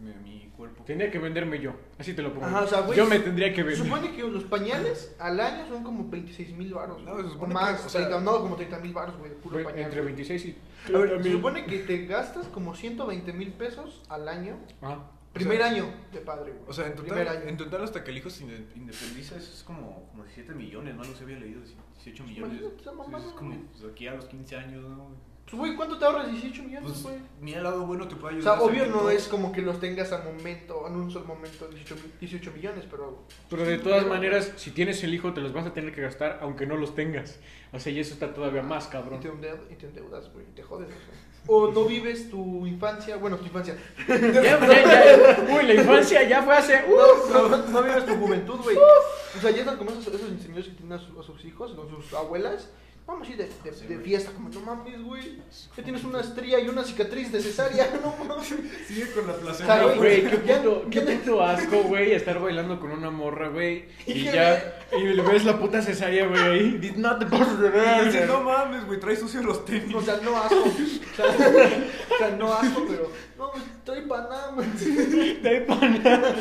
B: mi, mi cuerpo.
D: Tendría que venderme yo. Así te lo pongo.
C: Ajá, o sea, güey.
D: yo me tendría que
C: Se
D: vender.
C: supone que los pañales al año son como 26 mil baros.
B: No,
C: güey,
B: se
C: o
B: supone
C: más,
B: que- o sea-
C: 30, no, como 30 mil baros, güey, de puro
D: Güey,
C: pañal.
D: Entre
C: güey.
D: 26 y.
C: A ver, se supone que te gastas como 120 mil pesos al año.
D: Ah,
C: Primer
B: sea-
C: año de padre, güey.
B: O sea, en
C: Primer
B: total,
C: año.
B: en total hasta que el hijo se inde- independiza eso es como, como 17 millones, ¿no? Algo se había leído, 18 millones.
C: Imagínate esa mamada,
B: Entonces, es como pues, aquí a los 15 años, ¿no?
C: Pues, güey, ¿cuánto te ahorras 18 millones,
B: Pues
C: güey?
B: mira el lado bueno te puede
C: O
B: ayudar.
C: sea, obvio no es como que los tengas al momento, en un solo momento, 18, mil- 18 millones, pero...
D: Pero de todas maneras, si tienes el hijo, te los vas a tener que gastar aunque no los tengas. O sea, y eso está todavía más
C: Y
D: cabrón.
C: te, endeu- y te endeudas, güey, y te jodes. O, sea. o no vives tu infancia, bueno, tu infancia.
D: Ya, ya, ya. Uy, la infancia ya fue hace. Uh.
C: No, no, no vives tu juventud, güey. O sea, ya están como esos, esos ingenieros que tienen a, su- a sus hijos, con sus abuelas. Vamos a ir de, de- de fiesta, como no mames, güey. Ya tienes una estría y una cicatriz de cesárea, no mames.
B: Sigue con la placenta.
C: Claro,
D: Ay, güey, qué
C: Ya-
D: puto, qué
C: ya-
D: puto asco, güey, estar bailando con una morra, güey. Y
C: Híjole.
D: ya, y le ves la puta cesárea, güey, ahí. Did not the
B: Y dices, no mames, güey, trae sucios los tenis.
C: O sea, no asco. O sea, o sea, no asco, pero. No, pues, estoy banana,
D: De pana.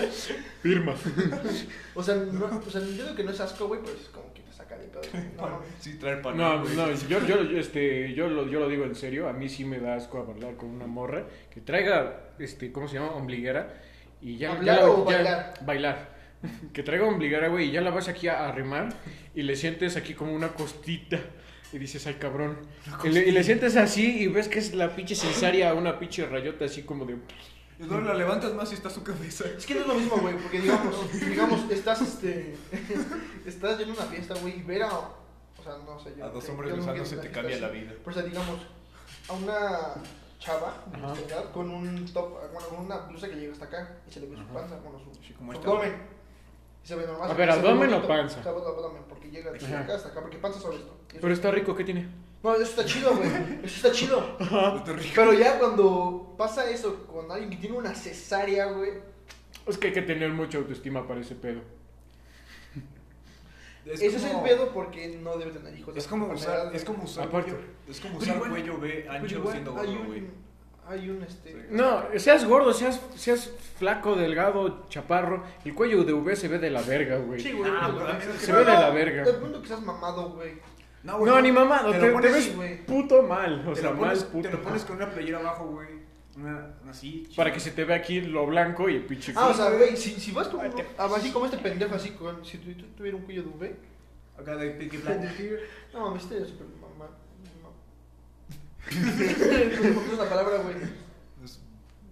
D: Firma.
C: O sea, no, o sea, entiendo que no es asco, güey, pero es como que te saca de pedo. No, no.
B: Sí, trae
D: No,
B: panal, güey.
D: no, yo, yo, yo, este, yo, lo, yo lo digo en serio, a mí sí me da asco hablar con una morra que traiga, este, ¿cómo se llama? Ombliguera y ya...
C: ¿Hablar
D: ya la-
C: o
D: ya-
C: bailar?
D: bailar. Que traiga ombliguera, güey, y ya la vas aquí a arrimar y le sientes aquí como una costita y dices, ay, cabrón. Y le, y le sientes así y ves que es la pinche cesárea, una pinche rayota así como de...
B: Y luego la levantas más y está su cabeza.
C: Es que no es lo mismo, güey, porque digamos, digamos, estás este. estás en una fiesta, güey, y ver a. O sea, no sé yo.
B: A dos
C: yo-
B: hombres
C: yo nunca he
B: besándose
C: ido a
B: te
C: una
B: cambia
C: fiesta
B: la
C: así.
B: vida.
C: Pero, o sea, digamos, a una chava, ¿verdad? Con un top, bueno, con una blusa que llega hasta acá y se le ve su panza, bueno, su,
B: Sí, como
C: su
B: esta.
C: abdomen. Y se ve normal.
D: A
C: se
D: ver,
C: ve- se ve
D: ¿abdomen o
C: bonito.
D: panza?
C: O sea, abdomen, porque llega desde
D: Ajá.
C: acá hasta acá, porque panza sobre esto. Y eso-
D: Pero está rico, ¿qué tiene?
C: No, eso está chido, güey. Eso está chido.
B: Está rico.
C: Pero ya cuando pasa eso con alguien que tiene una cesárea, güey.
D: Es que hay que tener mucha autoestima para ese pedo.
C: Ese es el
B: como-
C: pedo porque no debe tener hijos.
B: Es como
C: O sea,
B: usar, es como usar,
D: Aparte.
B: cuello- es como
D: Pero
B: usar
D: igual-
B: cuello B
C: pero
B: ancho
C: igual
B: siendo
C: hay
B: gordo,
C: un-
B: güey.
C: Hay un este.
D: No, seas gordo, seas, seas flaco, delgado, chaparro, el cuello de V se ve de la verga, güey.
C: Sí, güey.
B: Ah,
C: güey.
B: pero a mí se me
D: Se ve de la verga.
C: El punto que seas mamado, güey.
B: güey,
D: no, ni mamado,
B: te
D: te,
B: lo
D: te
B: pones-
D: ves
C: güey.
D: puto mal, o
B: te
D: sea,
B: lo pones,
D: mal puto.
B: Te lo pones con una playera abajo, güey. Una, una así.
D: Para que se te vea aquí lo blanco y el pinche
C: Ah, o
D: culo.
C: sea, güey, si, si vas con uno, así como este pendejo, así con. Si tú, tú tuviera un cuello de V.
B: Acá de Peaky Blinders.
C: No, mames, este es súper mamá. No. No es la palabra, güey.
B: Es-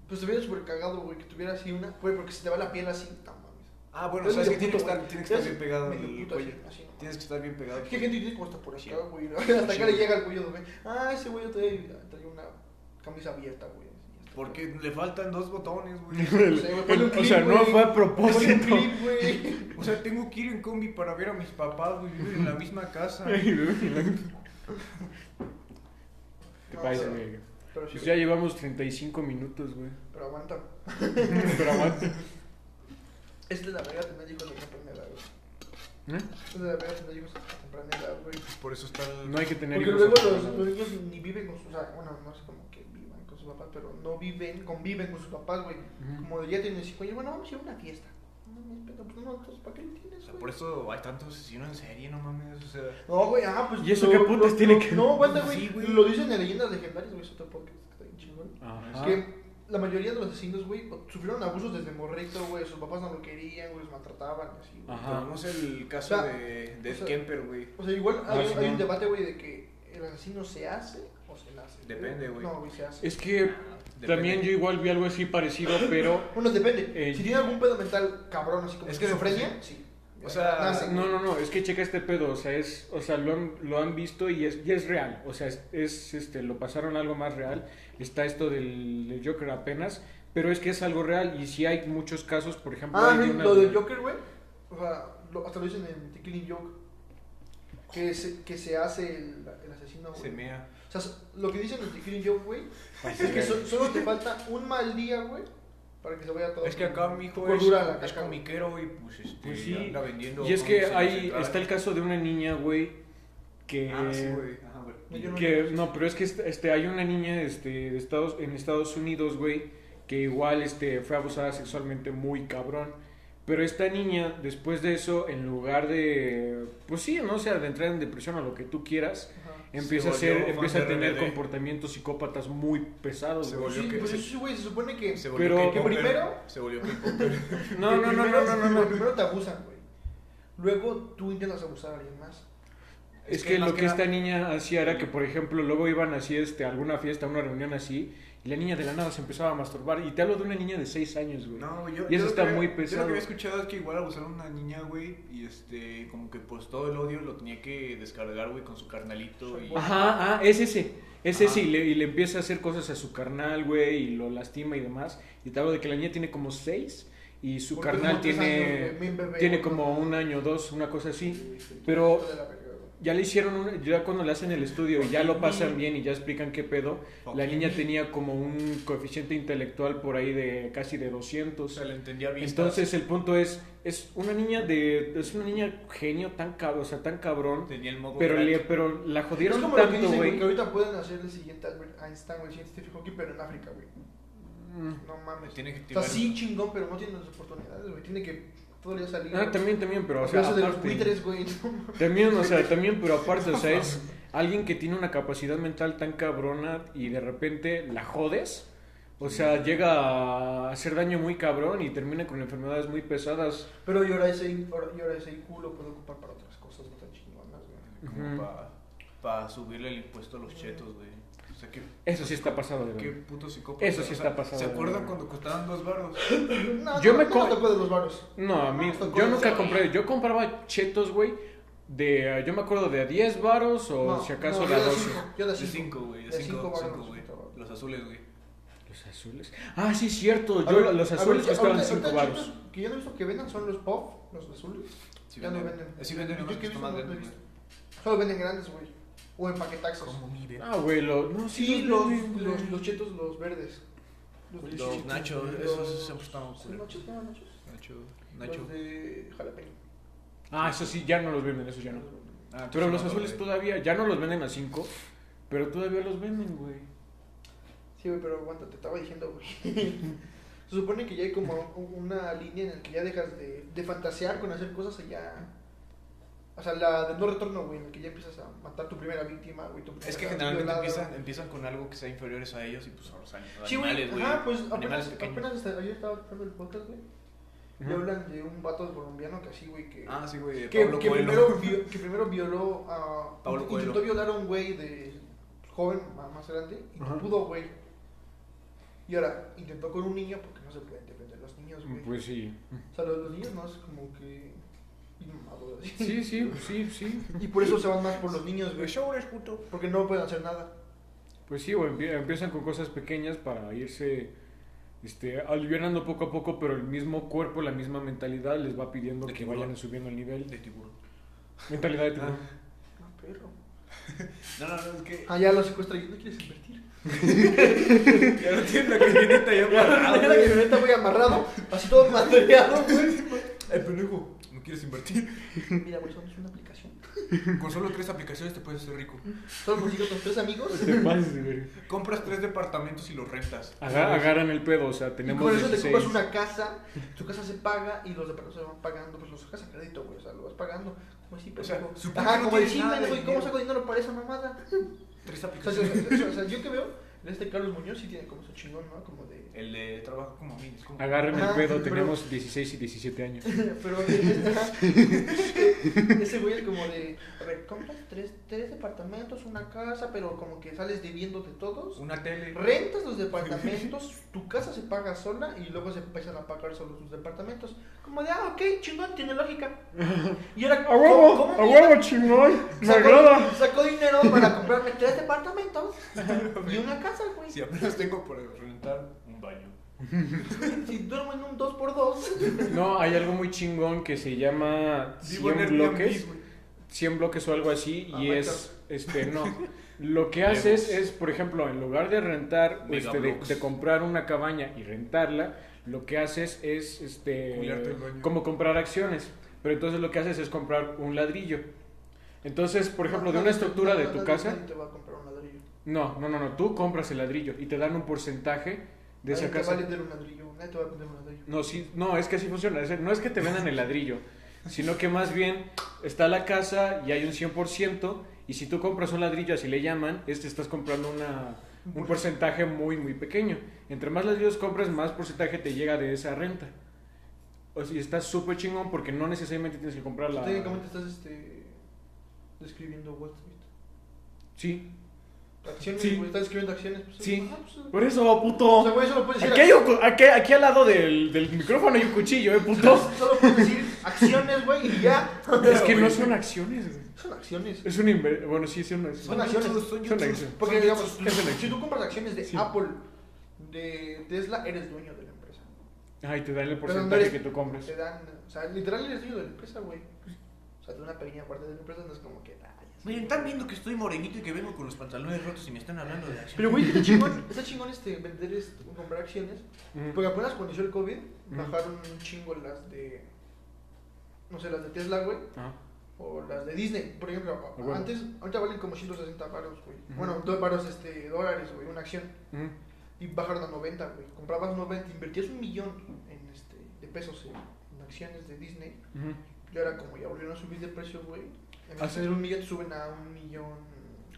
C: Pues estuviera súper cagado, güey, que tuviera así una. Güey, porque se te va la piel así. No mames.
B: Ah, bueno,
C: Es
B: sabes que
C: medio
B: tiene que
C: puto,
B: estar,
C: güey.
B: tiene que estar
C: Es
B: bien pegado
C: medio
B: el
C: puto,
B: cuello.
C: así, así, ¿no?
B: Tienes que estar bien pegado.
C: Es que hay gente que tiene como hasta por
B: Sí.
C: acá, güey. ¿no? Hasta acá le llega el cuello de güey. Ah, ese güey trae, trae una camisa abierta, güey.
B: Porque le faltan dos botones,
C: O
B: güey.
C: sea, güey, ponle un
D: O sea,
C: clip,
D: no
C: güey.
D: fue a
C: Ponle un
D: propósito.
C: clip, güey.
B: O sea, tengo que ir en combi para ver a mis papás, güey. Viven en la misma casa.
D: Te
C: No,
D: pases,
C: sí.
D: güey.
C: Pero sí,
D: Pues ya llevamos 35 minutos, güey.
C: pero aguanta.
D: Pero aguanta.
C: Esta Este es la verga tener hijos a temprana edad, güey.
D: ¿Eh?
C: Esta es la verga tener hijos a temprana edad, güey.
B: Por eso está el...
D: No hay que tener
C: Porque
D: hijos a-
C: luego los, los niños ni viven con sus... O sea, bueno, no es como que vivan con sus papás, pero no viven, conviven con sus papás, güey.
D: Ujú.
C: Como ya tienen cinco años, bueno, vamos a ir a una fiesta. No, me espera, pues no, entonces, ¿para qué lo
B: O
C: tienes,
B: sea,
C: güey?
B: por eso hay tantos asesinos en serie, no mames. O sea,
C: No, güey, ah, pues.
D: ¿Y eso
C: lo-
D: qué putas
C: lo-
D: tiene
C: lo-
D: que-
C: No, aguanta, güey.
B: Sí, güey.
C: Lo dicen en leyendas legendarias, güey, es otro podcast que está bien chingón.
D: Ajá.
C: Que la mayoría de los asesinos, güey, sufrieron abusos desde morrito, güey. Sus papás no lo querían, güey, los maltrataban y así, güey.
D: Ajá.
B: tenemos el caso
C: O sea,
B: de, de
C: o sea-
B: Kemper, güey.
C: O sea, igual hay,
D: Ah, sí,
C: hay un
D: no.
C: debate, güey, de que el asesino se hace o se nace.
B: Depende, güey.
C: No, güey, se hace.
D: Es que
B: Depende.
D: también yo igual vi algo así parecido, pero
C: Bueno, depende.
D: Eh,
C: si tiene algún pedo mental cabrón, así como
B: es que
C: esquizofrenia, sí.
B: O O sea,
C: Ah, sí.
D: No, no, no, es que checa este pedo, o sea, es, o sea, lo han, lo han visto y es, y es real, o sea, es, es, este, lo pasaron a algo más real, está esto del, del Joker apenas, pero es que es algo real y si hay muchos casos, por ejemplo,
C: Ah,
D: hay de
C: sí,
D: una-
C: lo del Joker, güey. O sea, lo- hasta lo dicen en The Killing Joke. Que se, que se hace el, el asesino, güey.
B: se mea. Pues
C: O sea, lo que dicen en The Killing Joke, güey, es que so- solo te falta un mal día, güey, para que se vaya todo.
B: Es que acá mi hijo
C: Por
B: es,
C: dura la
B: es
C: caca, güey.
B: comiquero y pues, este,
D: Pues sí,
B: anda vendiendo.
D: Y es que
B: cómics en
D: ahí
B: la
D: está el
B: central.
D: caso de una niña, güey, que...
B: Ah, sí, güey. Ajá, güey.
C: Yo no-
D: Que, no, pero es que este, este, hay una niña este, de Estados, en Estados Unidos, güey, que igual este, fue abusada sexualmente muy cabrón. Pero esta niña, después de eso, en lugar de, pues sí, no o sea, de entrar en depresión o lo que tú quieras,
C: Ajá.
D: empieza a,
B: Se
D: ser,
B: volvió
D: empieza a
B: fan de
D: tener
B: RBD.
D: comportamientos psicópatas muy pesados,
B: Se
D: güey.
B: volvió-
C: Sí,
B: que-
C: pues
B: se-
C: eso, güey, se supone que.
B: Se
C: que
B: volvió
D: Pero-
B: K-popper.
C: primero-
B: Se volvió K-popper.
D: No, no, no, no,
C: primero-
D: no, no, no.
C: Primero te abusan, güey. Luego tú intentas abusar a alguien más.
D: Es
B: Es
D: que
B: que más
D: lo
B: que
D: que esta
B: nada-
D: niña hacía era que, por ejemplo, luego iban así este, a alguna fiesta, a una reunión así, y la niña de la nada se empezaba a masturbar. Y te hablo de una niña de 6 años, güey.
B: No, yo,
D: Y eso
B: yo lo
D: está
B: que-
D: muy
B: Yo
D: pesado.
B: lo que había escuchado es que igual abusaron a una niña, güey, y este, como que pues todo el odio lo tenía que descargar, güey, con su carnalito y...
D: Ajá, ah, es ese. Es ese y
B: Ajá.
D: le, y le empieza a hacer cosas a su carnal, güey, y lo lastima y demás. Y te hablo de que la niña tiene como seis y su
C: Porque
D: carnal
C: como tres
D: tiene,
C: años, güey, mi bebé,
D: tiene
C: güey.
D: como un año o dos, una cosa así. Pero
C: De la verga, güey.
D: ya le hicieron, un- ya cuando le hacen el estudio y ya lo pasan bien y ya explican qué pedo, la
B: Fucking
D: niña
B: me.
D: tenía como un coeficiente intelectual por ahí de casi de
B: O sea,
D: 200.
B: le entendía bien.
D: Entonces el punto es, es una niña de, es una niña genio tan cabrón, o sea, tan cabrón,
B: Tenía el modo...
D: pero,
B: crack.
D: le, pero la
C: Es
D: jodieron
C: como lo que
D: tanto,
C: dicen, güey,
D: güey.
C: que ahorita pueden hacer el siguiente Albert Einstein, güey, el siguiente Stephen Hawking, pero en África, güey.
D: Mm.
C: No mames.
B: Tiene que
C: O sea,
B: activar-
C: sí, chingón, pero no tiene las oportunidades, güey. Tiene que todo el día salir.
D: Ah, también, también, pero o
C: O
D: sea,
C: de los
D: aparte.
C: buitres, güey. no mames.
D: También, o sea, también, pero aparte, o sea, es alguien que tiene una capacidad mental tan cabrona y de repente la jodes. O sea, llega a hacer daño muy cabrón y termina con enfermedades muy pesadas.
C: Pero yo ahora ese, y ahora ese culo puedo ocupar para otras cosas no tan chingonas, güey.
B: Como
D: Ujú.
B: para pa subirle el impuesto a los chetos, güey. O sea, que...
D: Eso sí está pasado de
B: Qué
D: verdad.
B: puto psicópata.
D: Eso sí
B: O
D: está
B: sea,
D: pasado,
B: ¿Se acuerdan
D: güey.
B: cuando costaban dos baros?
C: No,
D: Yo
C: no,
D: me
C: no
D: co-
C: tocó de los varos.
D: No, a mí,
C: Hasta
D: yo
C: con-
D: nunca
C: sí.
D: compré, yo compraba chetos, güey, de, eh, yo me acuerdo de a 10 varos o
C: No,
D: si acaso
C: no,
D: de a
C: yo de
D: 12.
C: cinco, Yo de
B: De
C: 5.
B: cinco, güey. De cinco, cinco, güey. Los azules, güey.
D: Los azules. Ah, sí, cierto, yo, los azules costaban 5 varos.
C: Que yo no he visto que vendan son los puff, los azules.
B: Sí
C: Ya no venden.
B: Eh, Sí venden,
C: Yo
B: nomás
C: que
B: que
C: he
B: está
C: visto,
B: más
C: no, no he
B: grande,
C: visto. Solo venden grandes, güey. O en paquetaxos.
B: Como mi bebé.
D: Ah, güey, lo- no, sí,
C: Sí,
D: los
C: los,
D: venden,
C: los,
D: güey.
C: los chetos, los verdes.
B: Los
C: chichitos,
B: nachos,
C: los-
B: esos siempre estaban
C: ¿Sí,
B: culeros.
C: nachos? No, nachos.
B: Nacho. Nacho.
C: Los de jalapeño.
D: Ah, eso sí, ya no los venden, eso ya no.
B: Ah,
D: Pero
B: sí,
D: los
B: me
D: azules
B: acordé.
D: todavía, ya no los venden a 5, pero todavía los venden, güey.
C: Sí, güey, pero aguanta, te estaba diciendo, güey. Se supone que ya hay como un- una línea en la que ya dejas de, de fantasear con hacer cosas y ya... O sea, la de no retorno, güey, en la que ya empiezas a matar tu primera víctima, güey. tu
B: Es que
C: primera
B: generalmente
C: violada.
B: empiezan, empiezan con algo que sea inferiores a ellos y pues ahora salen
C: Sí,
B: animales,
C: güey.
B: güey.
C: Ajá, pues
B: animales
C: apenas,
B: pequeños.
C: apenas hasta ayer estaba escuchando el podcast, güey. Y
D: Ujú.
C: hablan de un vato colombiano que así, güey, que...
B: Ah, sí, güey. de
C: que,
B: Pablo
C: que
B: Coelho.
C: primero vio- que primero violó a.
B: Pablo
C: intentó
B: Coelho.
C: violar a un güey de joven, ma- más grande, y no
D: Ajá.
C: pudo, güey. Y ahora, intentó con un niño porque no se pueden defender los niños, güey.
D: Pues sí.
C: O sea, los, los niños no es como que. inmaduros, así.
D: Sí, sí, sí, sí.
C: Y por eso se van más por los niños, güey.
B: Güey, show es puto.
C: Porque no pueden hacer nada.
D: Pues sí, güey, empie- empiezan con cosas pequeñas para irse este, alivianando poco a poco, pero el mismo cuerpo, la misma mentalidad les va pidiendo
B: De
D: que
B: tiburón.
D: vayan subiendo el nivel.
B: De tiburón.
D: Mentalidad
C: Ah.
D: de tiburón. Ah,
C: No, perro.
B: No, no, no, es que.
C: Ah, ya lo secuestra y no quieres invertir.
B: Ya no tiene la camioneta ya
C: Ahora la camioneta, güey, amarrado, así todo materiado, güey.
B: El pendejo. No quieres invertir.
C: Mira, güey, somos una aplicación.
B: Con solo tres aplicaciones te puedes hacer rico.
C: Solo consigo con tres amigos.
D: Te pases, güey.
B: Compras tres departamentos y los rentas.
D: Aga- agarran el pedo, o sea,
C: Y
D: tenemos
C: con eso te
D: 16.
C: compras una casa, tu casa se paga y los departamentos se van pagando, pues los sacas a crédito, güey, o sea, lo vas pagando. Como así, pero.
B: O sea, supongo
C: Ajá,
B: que no
C: como el
B: tienes nada
C: Simple,
B: de
C: güey, ¿cómo
B: dinero.
C: saco dinero para esa mamada?
B: Tres
C: O sea, o sea,
B: aplicaciones.
C: o sea, yo que veo En este Carlos Muñoz sí tiene como su chingón, ¿no? Como de.
B: El de trabajo como mí. Es como...
D: Agárrenme el
C: Ajá,
D: pedo,
C: pero-
D: tenemos 16 y 17 años.
C: Pero ajá. ese güey es como de. A ver, compras tres, tres departamentos, una casa, pero como que sales debiéndote todos.
B: Una tele.
C: Rentas los departamentos, tu casa se paga sola y luego se empiezan a pagar solo sus departamentos. Como de, ah, ok, chingón, tiene lógica. Y ahora,
D: ¡A huevo!
C: ¿cómo-
D: ¡A
C: cómo mierda
D: huevo, chingón! ¡Me
C: Sacó,
D: agrada!
C: sacó dinero para comprarme tres departamentos y una casa, güey.
B: Si apenas tengo por rentar un baño.
C: Si duermo en un 2x2.
D: No, hay algo muy chingón que se llama
B: Vivo en
D: 100
B: Airbnb,
D: bloques.
B: güey.
D: 100 bloques o algo así y
C: Ah,
D: es este no lo que haces es por ejemplo en lugar de rentar este, de,
B: Megablocks.
D: de comprar una cabaña y rentarla lo que haces es
B: Culearte
D: este
B: el dueño.
D: como comprar acciones pero entonces lo que haces es comprar un ladrillo entonces por ejemplo de una estructura de tu casa
C: Te va a comprar un ladrillo.
D: no no no no tú compras el ladrillo y te dan un porcentaje de
C: Nadie
D: esa
C: te va a
D: casa
C: vender un ladrillo. Nadie te va a vender un ladrillo.
D: no, sí, no, es que así funciona. es- No es que te vendan el ladrillo, sino que más bien está la casa y hay un 100%. Y si tú compras un ladrillo, así le llaman, es que estás comprando una, un porcentaje muy, muy pequeño. Entre más ladrillos compras, más porcentaje te llega de esa renta. O sea, y está súper chingón porque no necesariamente tienes que comprar la.
C: Técnicamente estás este, describiendo Wall Street.
D: Sí,
C: Acciones,
D: Sí.
C: güey, estás describiendo acciones. Pues,
D: sí.
C: ah, pues,
D: Por eso,
C: o sea,
D: puto.
C: güey, eso lo puedes decir.
D: Aquí, hay un cu- aquí- aquí al lado del, del micrófono hay un cuchillo, eh, puto.
C: Solo puedes decir acciones, güey, y ya.
D: Es que no son acciones, güey.
C: Son acciones.
D: Es un inver- Bueno, sí, es una
C: Son acciones.
D: Son acciones.
C: Porque digamos,
D: es una
C: si tú compras acciones de
D: Sí.
C: Apple, de Tesla, eres dueño de la empresa.
D: Ay, te dan el
C: Pero eh, no
D: porcentaje
C: eres-
D: que tú compras.
C: Te dan, o sea, literal eres dueño de la empresa, güey. O sea, de una pequeña parte de la empresa no es como que. ah, ya sé.
B: Miren, están viendo que estoy morenito y que vengo con los pantalones rotos y me están hablando de acción.
C: Pero, güey, está chingón, está chingón este vender, este, comprar acciones.
D: Ujú.
C: Porque apenas cuando inició el COVID,
D: Ujú.
C: bajaron un chingo las de. No sé, las de Tesla, güey.
D: Ah,
C: O las de Disney, por ejemplo. a-
D: Bueno.
C: Antes, ahorita valen como 160 varos, güey.
D: Ujú.
C: Bueno, dos varos este, dólares, güey, una acción.
D: ujú.
C: Y bajaron a 90, güey. Comprabas 90, invertías un millón en este, de pesos en, en acciones de Disney.
D: Ujú.
C: Y ahora, como ya volvieron a subir de precio, güey. En vez
D: Así-
C: de tener un millón, te suben a un millón.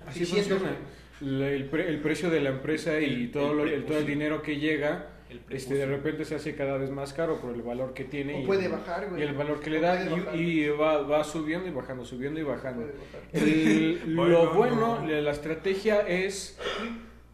D: Así
C: 600,
D: funciona.
C: güey.
D: La- el, pre- el precio de la empresa y
B: El-
D: todo,
B: el
D: lo- el, todo el
B: prepucio.
D: dinero que llega,
B: El prepucio.
D: este, de repente se hace cada vez más caro por el valor que tiene.
C: O
D: y-
C: puede bajar,
D: Y
C: güey.
D: el valor que le
C: O
D: da
C: puede bajar.
D: y, y va, va subiendo y bajando, subiendo y bajando.
C: Puede bajar.
D: El-
B: Bueno,
D: lo
B: no.
D: bueno, la la estrategia es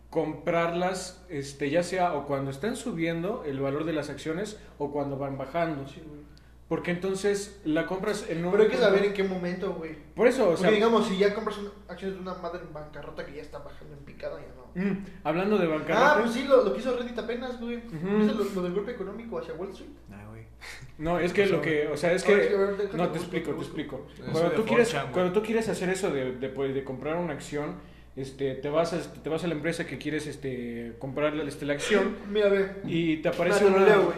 D: comprarlas, este, ya sea o cuando están subiendo el valor de las acciones o cuando van bajando.
C: Sí, güey.
D: Porque entonces la compras en un...
C: Pero hay que saber en qué momento, güey.
D: Por eso, o
C: Porque
D: sea,
C: digamos, si ya compras una- acciones de una madre en bancarrota que ya está bajando en picada, ya no.
D: mm, hablando de bancarrota...
C: Ah, pues sí, lo, lo que hizo Reddit apenas, güey.
D: Ujú.
C: ¿Viste lo, lo del golpe económico hacia Wall Street?
B: Nah, güey.
D: No, es que lo que, o sea, es
C: Ahora sí, pues, a
D: que...
C: ver, déjate
D: No,
C: lo
D: te
C: busco,
D: explico, te
C: lo busco.
D: explico.
B: Eso
D: Cuando
B: de
D: tú quieres,
B: 4chan, güey.
D: cuando tú quieres hacer eso de, de, pues, de comprar una acción, este, te vas a, te vas a la empresa que quieres este, comprar la, este, la acción
C: Mira, ve.
D: y te
C: Parece
D: aparece
C: te lo
D: una...
C: leo, güey.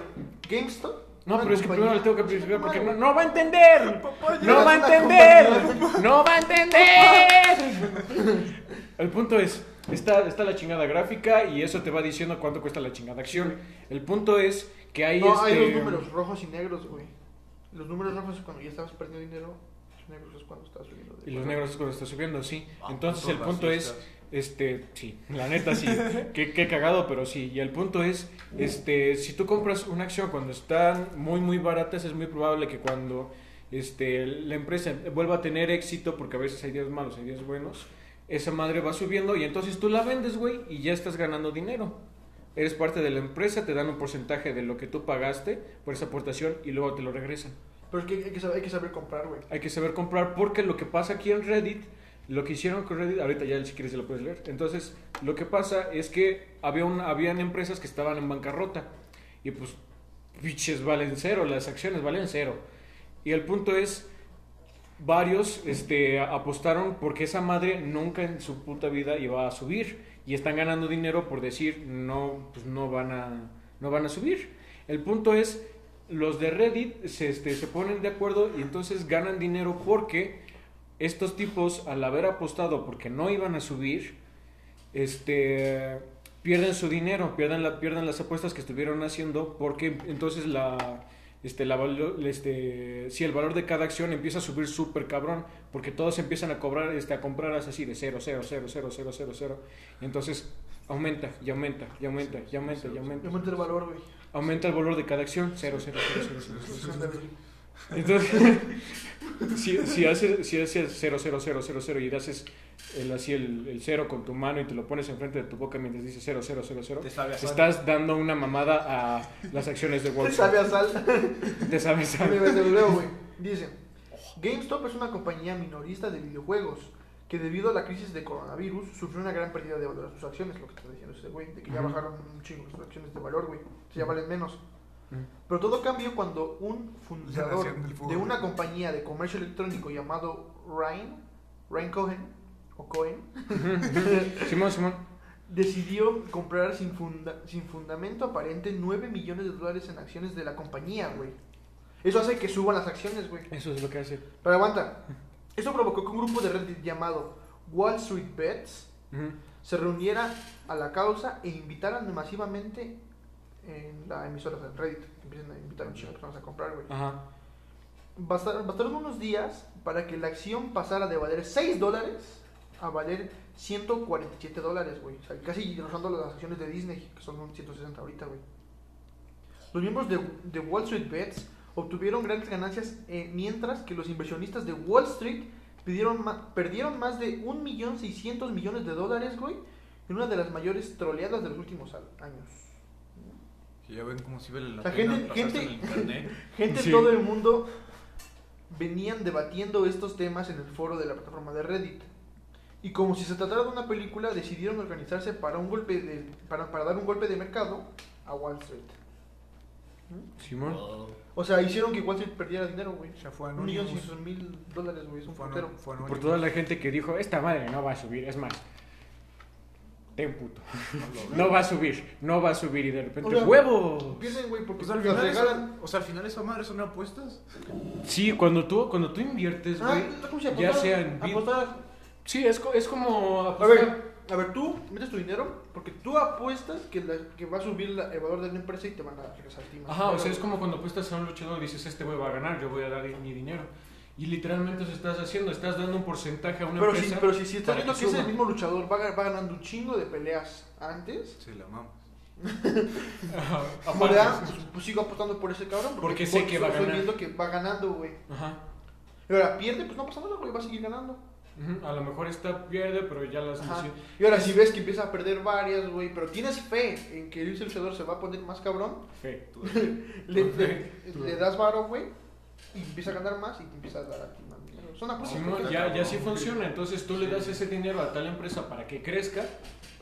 C: GameStop.
D: No,
C: una
D: pero es que primero
C: compañía-
D: le tengo que explicar porque no,
C: Madre,
D: no va a entender.
C: Papá, ya
D: No va a
C: es una
D: entender. No va a entender. El punto es, está, está la chingada gráfica y eso te va diciendo cuánto cuesta la chingada acción. El punto es que hay...
C: No, hay
D: este,
C: los números rojos y negros, güey. Los números rojos es cuando ya estabas perdiendo dinero. Los negros es cuando estás subiendo. de
D: Y los
C: valor.
D: negros es cuando está subiendo, sí.
B: Ah,
D: Entonces
B: putos
D: el punto es,
B: racistas.
D: este, sí, la neta sí, qué, qué cagado, pero sí. Y el punto es, este, si tú compras una acción cuando están muy, muy baratas, es muy probable que cuando, este, la empresa vuelva a tener éxito, porque a veces hay días malos, hay días buenos, esa madre va subiendo y entonces tú la vendes, güey, y ya estás ganando dinero. Eres parte de la empresa, te dan un porcentaje de lo que tú pagaste por esa aportación y luego te lo regresan.
C: Pero es que hay que saber, hay que saber comprar, güey.
D: Hay que saber comprar porque lo que pasa aquí en Reddit, lo que hicieron con Reddit, ahorita ya si quieres ya lo puedes leer. Entonces, lo que pasa es que había un- habían empresas que estaban en bancarrota y pues biches valen cero, las acciones valen cero. Y el punto es varios este apostaron porque esa madre nunca en su puta vida iba a subir y están ganando dinero por decir no pues no van a no van a subir. El punto es los de Reddit se, este, se ponen de acuerdo y entonces ganan dinero porque estos tipos, al haber apostado porque no iban a subir, este, pierden su dinero, pierden, la, pierden las apuestas que estuvieron haciendo porque entonces la... Este, la valo- este, si el valor de cada acción empieza a subir súper cabrón, porque todos empiezan a cobrar, este, a comprar así de cero, cero, cero, cero, cero, cero, cero. Entonces, aumenta y aumenta y aumenta y aumenta y aumenta.
C: Aumenta el valor, güey.
D: Aumenta el valor de cada acción, cero, cero, cero, cero, cero, cero, cero. Entonces, si, si haces, si haces 0, 0, 0, 0, 0 y haces el, así el, el cero con tu mano y te lo pones enfrente de tu boca mientras dices 0, 0, 0, 0,
B: Te sabe a sal.
D: estás dando una mamada a las acciones de Wall
C: Te
D: Street.
C: sabe a sal.
D: Te sabes
C: Mira, te lo leo, güey. Dice, GameStop es una compañía minorista de videojuegos que debido a la crisis de coronavirus sufrió una gran pérdida de valor de sus acciones, lo que está diciendo este güey, de que ya bajaron un chingo sus acciones de valor, güey, que ya valen menos. Pero todo cambió cuando un fundador
B: nación del fútbol.
C: de una compañía de comercio electrónico llamado Ryan, Ryan Cohen, o Cohen,
D: Simón, Simón.
C: decidió comprar sin, funda- sin fundamento aparente 9 millones de dólares en acciones de la compañía, güey. Eso hace que suban las acciones, güey.
D: Eso es lo que hace.
C: Pero aguanta. Esto provocó que un grupo de Reddit llamado Wall Street Bets
D: Ujú.
C: se reuniera a la causa e invitaran masivamente en la emisora de Reddit. que Empiezan a invitar a un chingo de personas a comprar, güey.
D: Ajá.
C: Bastar- Bastaron unos días para que la acción pasara de valer 6 dólares a valer 147 dólares, güey. O sea, casi rozando las acciones de Disney, que son un 160 ahorita, güey. Los miembros de, de Wall Street Bets obtuvieron grandes ganancias eh, mientras que los inversionistas de Wall Street pidieron ma- perdieron más de 1.600 millones de dólares, güey, en una de las mayores troleadas de los últimos al- años.
B: Y ya ven cómo si vale la
C: La
B: pena
C: gente-
B: pasarse
C: gente-
B: en el internet.
C: Gente
D: Sí.
C: de todo el mundo venían debatiendo estos temas en el foro de la plataforma de Reddit. Y como si se tratara de una película, decidieron organizarse para un golpe de para, para dar un golpe de mercado a Wall Street. ¿Mm?
D: Simón.
C: O sea, hicieron que Wall Street perdiera dinero, güey.
B: O sea, fue
C: Un millón
B: Anonymous.
C: seiscientos mil dólares, güey, es un
B: Fue ano-
C: portero.
B: fue
D: Por
B: anónimo.
D: toda la gente que dijo, esta madre no va a subir, es más. Ten puto. No va a subir, no va a subir y de repente,
C: O sea,
D: ¡huevo!
C: Pierden, güey, porque
B: Pues al
C: las
B: final,
C: regalan.
B: eso- o sea, al final esa madre son apuestas.
D: Sí, cuando tú, cuando tú inviertes,
C: Ah,
D: güey,
C: ¿cómo se
D: ya
C: apostar?
D: sea en bit-
C: Apostar.
D: Sí, es, co- es como
C: A
D: apostar.
C: ver, a ver, tú metes tu dinero porque tú apuestas que, la- que va a subir la- el valor de la empresa y te van a regresar a ti más
D: Ajá, o
C: dinero,
D: sea, es
C: güey.
D: como cuando apuestas a un luchador y dices, este güey va a ganar, yo voy a dar mi dinero. Y literalmente eso estás haciendo, estás dando un porcentaje a una
C: Pero si,
D: empresa.
C: pero si, si
D: para
C: estás viendo que es
D: suba.
C: el mismo luchador, va, ga- va ganando un chingo de peleas antes,
B: Se la mamas.
D: Ajá,
C: como
D: aparte.
C: le dan, pues, pues sigo apostando por ese cabrón.
D: Porque sé que va a
C: estoy
D: ganar.
C: viendo que va ganando, güey.
D: Ajá.
C: Y ahora pierde, pues no pasa nada, güey, va a seguir ganando.
D: Ujú, A lo mejor está pierde, pero ya las
C: Ajá.
D: sí.
C: Y ahora si ves que empieza a perder varias, güey, pero tienes fe en que el luchador se va a poner más cabrón,
D: Fe.
C: le, le- le das varo, güey, y empieza a ganar más y te empiezas a dar a ti más dinero. Son apuestas.
D: Simón,
C: güey.
D: ya, ya sí funciona. Entonces tú le das ese dinero a tal empresa para que crezca,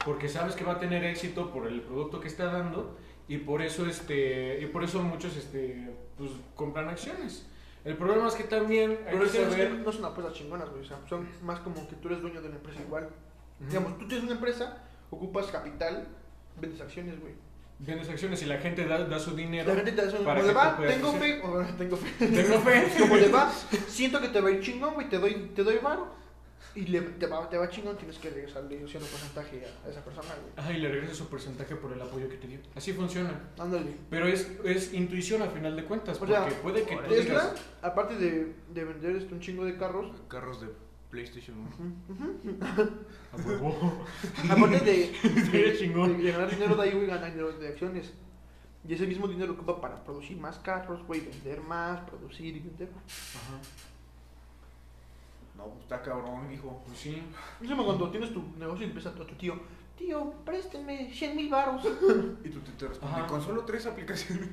D: porque sabes que va a tener éxito por el producto que está dando y por eso este y por eso muchos este pues compran acciones. El problema es que también hay
C: Pero
D: que
C: es que no es que
D: saber-
C: no son apuestas chingonas, güey. O sea, son más como que tú eres dueño de la empresa igual.
D: Ujú.
C: Digamos, tú tienes una empresa, ocupas capital, vendes acciones, güey.
D: vendes acciones y la gente da, da su dinero.
C: La gente te hace un
D: para que
C: como le va,
D: tú puedas
C: tengo
D: crecer.
C: fe, o no, tengo fe.
D: Tengo fe.
C: Como le va, siento que te va a ir chingón, güey, te doy, te doy varo. Y le, te, va, te va chingón, tienes que regresarle cierto porcentaje a esa persona, güey.
D: Ajá, y le regresas su porcentaje por el apoyo que te dio. Así funciona.
C: Ándale.
D: Pero es, es intuición a final de cuentas,
C: O
D: porque
C: sea,
D: puede que tú
C: Tesla,
D: digas,
C: aparte de, de vender este, un chingo de carros,
B: Carros de PlayStation 1.
D: "A huevo".
C: Aparte de,
D: Estaría
C: de-
D: chingón.
C: de ganar dinero de ahí, güey, ganar dinero de acciones. Y ese mismo dinero lo ocupa para producir más carros, güey, vender más, producir y vender más.
D: Ajá.
B: No, pues, está cabrón, hijo.
D: Pues sí.
C: Es como cuando tienes tu negocio y empieza a tu tío, tío, présteme 100 mil baros.
B: Y tú te, te
D: Ajá.
B: respondes. Con solo tres aplicaciones.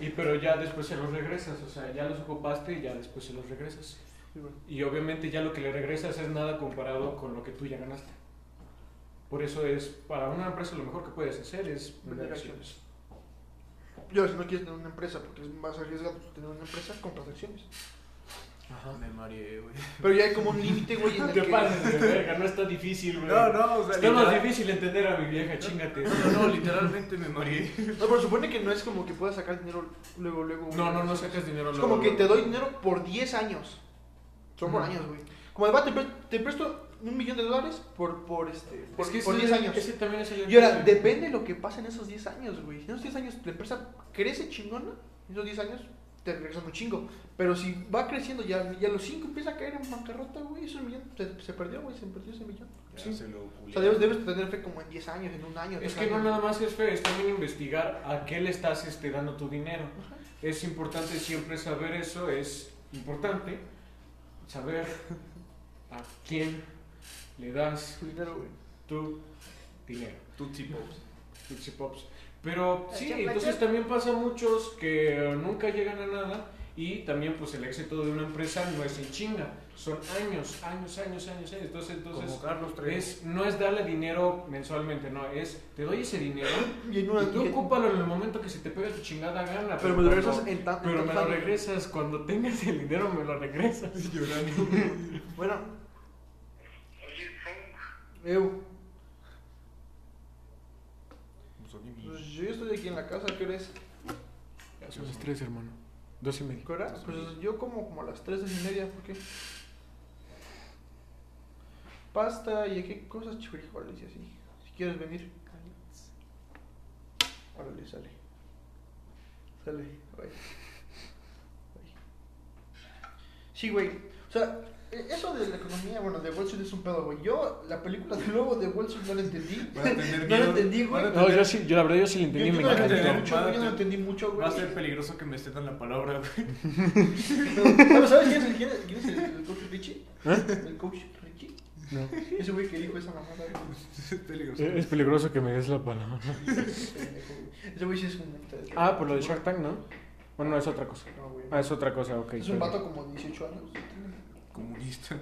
D: Y pero ya después se los regresas, o sea, ya los ocupaste y ya después se los regresas. Y obviamente ya lo que le regresas es nada comparado con lo que tú ya ganaste. Por eso es, para una empresa lo mejor que puedes hacer es vender
C: Vender
D: acciones.
C: Yo, si no quieres tener una empresa, porque es más arriesgado tener una empresa, compras acciones.
D: Ajá.
B: Me mareé, güey.
C: Pero ya hay como un límite, güey, en
D: No
C: el
D: te
C: que...
D: pases de verga, no está difícil, güey.
B: No, no, o sea,
D: Está más
B: literal-
D: difícil entender a mi vieja, chingate.
B: No, no, literalmente me mareé.
C: No, pero supone que no es como que puedas sacar dinero luego, luego. güey.
D: No, no, no sacas dinero.
C: Es
D: luego,
C: como que
D: luego.
C: te doy dinero por 10 años. Son por
D: Ujú.
C: años, güey. Como de, va, te, pre- te presto un millón de dólares por, por, este, por,
D: Es que
C: por
D: ese-
C: 10 años.
D: Ese también es el
C: Y ahora, depende de lo que pase en esos 10 años, güey. Si en esos 10 años la empresa crece chingona, en esos 10 años te regresan un chingo. Pero si va creciendo ya, ya los 5 empieza a caer en bancarrota, güey, ese millón se, se perdió, güey, se perdió ese millón.
B: Ya
C: Sí.
B: se lo
C: O sea, debes, debes tener fe como en 10 años, en un año.
D: Es
C: tres
D: que no
C: años.
D: nada más es fe, es también investigar a qué le estás este, dando tu dinero.
C: Ajá.
D: Es importante siempre saber eso, es importante saber a quién le das
C: Su dinero, güey.
D: tu dinero.
B: Tu tipo.
D: Tootsie Pops. Pero
I: La
D: sí,
I: chapa
D: entonces
I: chapa.
D: también pasa a muchos que eh, nunca llegan a nada y también pues el éxito de una empresa no es en chinga, son años, años, años, años, años. Entonces, entonces
B: Como Carlos Trejo.
D: es, no es darle dinero mensualmente, no, es te doy ese dinero
C: Y en
D: y
C: una.
D: tú ocúpalo en el momento que se te pega tu chingada gana.
C: Pero me
D: cuando-
C: lo regresas en tan- en
D: Pero me lo
C: tantos años.
D: regresas, cuando tengas el dinero me lo regresas.
C: Bueno. Eu. Pues yo ya estoy aquí en la casa, ¿qué hora es?
D: Son las tres, hermano. Dos y medio.
C: ¿Qué hora? Pues yo como como a las 3 y media, ¿por qué? Pasta y qué cosas frijoles y así. Si quieres venir. Órale, sale. Sale, güey. Güey. Sí, güey. O sea, e- eso de la economía, bueno, de Wall Street es un pedo, güey. Yo la película de nuevo de Wall Street no la entendí.
B: Van a tener
C: no la
B: miedo.
C: entendí,
B: Van a
C: güey.
D: No, yo sí, yo la verdad yo sí le
C: Yo,
D: entendí,
C: yo
D: me
C: no la
B: encanta.
C: entendí
D: encantó.
C: mucho, güey. Yo no la entendí mucho, güey.
B: Va a ser peligroso que me esté dando la palabra, güey.
C: Pero ¿sabes quién es, el- quién es- quién es el, el coach Richie? ¿El coach Richie?
D: ¿Eh? No.
C: Ese güey que dijo esa mamada. güey.
B: Es peligroso.
D: Eh, Es peligroso que me des la palabra.
C: Ese güey sí es un...
D: Ah, por lo de Shark Tank, ¿no? Bueno, es otra cosa.
C: No, güey.
D: Ah, es otra cosa, ok.
C: Es un vato como de 18 años. Tiene-
B: Comunista.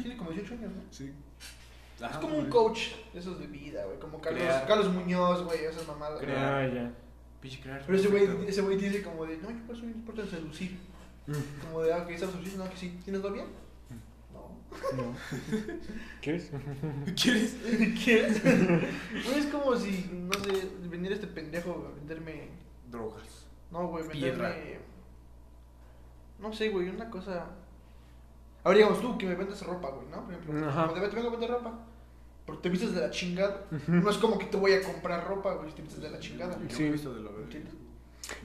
C: Tiene como 18 años, ¿no?
B: Sí.
C: Es
D: Ah,
B: Ajá,
C: como un
B: güey.
C: coach de esos de vida, güey. Como Carlos,
B: Crear.
C: Carlos Muñoz, güey, esas mamadas. güey.
B: Crear.
D: Ah, ya.
B: Pinche crear.
C: Pero ese güey, ese güey dice como de, no, yo por eso no me importa seducir. Como de, ah, que estás seduciendo, no, que sí. ¿Tienes novia? No.
D: No. ¿Quieres?
B: ¿Quieres?
C: ¿Quieres? Güey, es como si, no sé, venir este pendejo a venderme.
B: Drogas.
C: No, güey, venderme.
B: Piedra.
C: No sé, güey, una cosa. Ahora digamos tú que me vendes ropa, güey, ¿no? Por ejemplo,
D: Ajá.
C: como te, te vengo a vender ropa. Pero te vistes de la chingada. No es como que te voy a comprar ropa, güey, si te vistes de la chingada.
B: Yo
D: Sí.
B: he visto de la verga.
C: ¿Entiendes?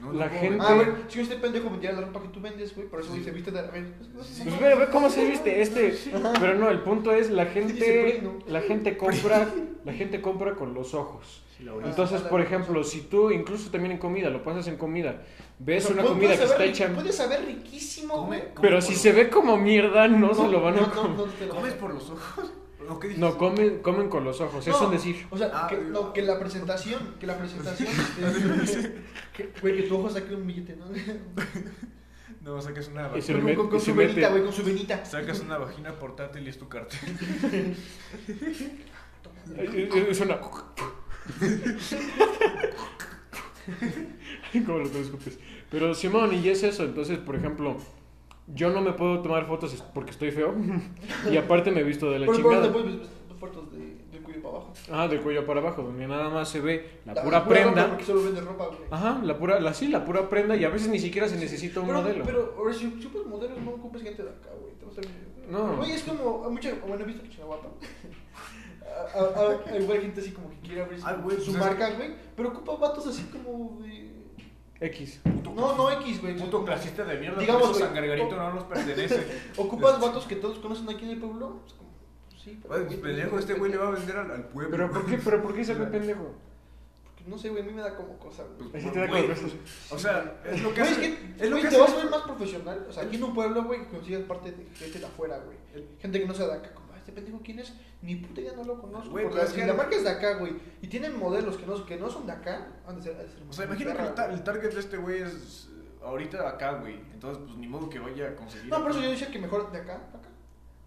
B: No,
D: La
B: no puedo
D: gente-
C: Ah, güey, si yo este pendejo vendiera la ropa que tú vendes, güey, por eso güey, se viste de la. Güey,
D: Pues ve, ve cómo se viste este. Pero no, el punto es la gente, la gente compra, la gente compra con los ojos. Entonces, por ejemplo, si tú incluso también en comida, lo pasas en comida, ves
C: pues,
D: una comida que está hecha,
C: Puedes saber riquísimo, güey.
B: Come- come
D: pero
B: por
D: si
B: los-
D: se ve como mierda, no se lo van
C: no,
D: a
C: no,
D: comer.
C: no te lo
B: ¿Comes
C: vas a-
B: por los ojos? ¿O qué dices?
D: No comen, comen con los ojos. Es
C: No,
D: un decir.
C: O sea,
B: Ah,
C: que,
B: digo.
C: no, que la presentación, que la presentación. este, que- Güey, que tu ojo saque un billete, ¿no?
B: No, sacas una
D: Y se
B: vagina.
D: lo
C: Con,
D: met-
C: con- con
D: y se
C: su
D: mete.
C: venita, güey, con su venita.
B: Sacas una vagina portátil y es tu cartel.
D: Es una. Como lo que escupes. Pero Simón, y es eso. Entonces, por ejemplo, yo no me puedo tomar fotos porque estoy feo. Y aparte me he visto de la
C: Pero pero
D: chingada.
C: después ves- ves fotos de, del cuello para abajo.
D: Ah, del cuello para abajo, donde nada más se ve la
C: ropa,
D: pura
C: Porque
D: prenda.
C: solo vende ropa, güey.
D: Ajá, la pura, la, sí, la pura prenda. Y a veces ni siquiera se necesita un
C: pero,
D: modelo.
C: Pero, ahora, si ocupas modelos, no ocupes gente de acá, güey. Te vas a ver.
D: No.
C: Güey, es como. Hay mucha, bueno, he visto que guapa. A- a- a- Igual gente así como que quiere abrir su,
B: Ah, güey,
C: su
B: pues es-
C: marca, güey. Pero ocupa vatos así como. de-
D: X.
C: No, no X, güey.
B: Puto clasista de mierda.
C: Digamos,
B: Digamos,
C: güey.
B: San Gargarito no nos pertenece.
C: ¿Ocupas vatos que todos conocen aquí en el pueblo? Es como, sí,
B: Güey, pues, pendejo, este güey le va a vender al, al pueblo.
D: Pero ¿por qué, pero por qué se ve pendejo?
C: Porque No sé, güey, a mí me da como cosa, güey.
D: Así te da
B: Güey,
D: como cosas.
B: O sea, Pues, es lo que
C: Güey, es
B: hace.
C: que,
B: es lo
C: güey,
B: que
C: te
B: hace-
C: vas a ver más profesional. O sea, aquí en un pueblo, güey, consigues parte de gente de afuera, güey. Gente que no sea de acá. Como, "Ah, este pendejo, ¿quién es? Ni puta ya no lo conozco.
B: Güey,
C: Porque
B: pero es
C: si
B: que-
C: la marca es de acá, güey, y tienen modelos que no, que no son de acá, han de ser, han de ser
B: O sea,
C: muy
B: imagina que el,
C: perra,
B: tar- el target de este güey es eh, ahorita acá, güey. Entonces, pues ni modo que vaya a conseguir.
C: güey. No, por eso yo decía que mejor de acá, acá.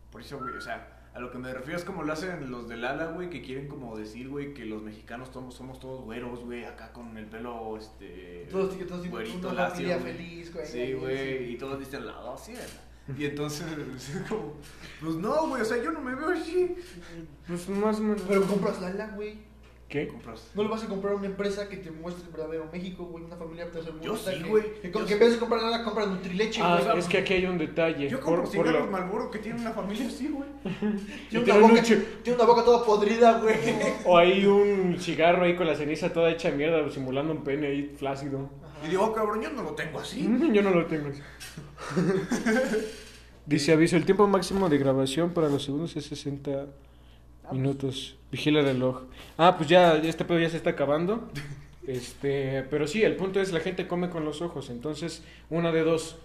B: Por eso, güey, o sea, a lo que me refiero es como lo hacen los del ala, güey, que quieren como decir, güey, que los mexicanos somos, somos todos güeros, güey, acá con el pelo, este.
C: Todos, todos tienen
B: güerito,
C: una
B: lacio,
C: familia
B: güey.
C: feliz, güey.
B: Sí, güey, y todos dicen la dos, sí, ¿verdad? Y entonces, es como, pues no, güey, o sea, yo no me veo así.
D: Pues más o menos.
C: Pero compras Lala, güey.
D: ¿Qué?
B: compras?
C: No le vas a comprar a una empresa que te muestre el verdadero México, güey, una familia
B: Yo
C: tercermundista.
B: sí,
C: que-
B: güey.
C: Que,
B: Yo
C: con
B: sí.
C: que en vez de comprar nada, compras Nutrileche,
D: Ah,
C: güey.
D: es que aquí hay un detalle.
B: Yo compro
D: eh, Por- por
B: cigarros
D: lo-
B: Malboro que tiene una familia así, güey.
C: Tiene
D: te
C: una,
D: dan
C: boca,
D: un che-
C: tiene una boca toda podrida, güey.
D: O hay un cigarro ahí con la ceniza toda hecha mierda, simulando un pene ahí flácido.
B: Y digo, oh, cabrón, yo no lo tengo así.
D: Mm, Yo no lo tengo. Dice aviso, el tiempo máximo de grabación para los segundos es 60 minutos. Vigila el reloj. Ah, pues ya, ya este pedo ya se está acabando. Este, pero sí, el punto es la gente come con los ojos, entonces una de dos.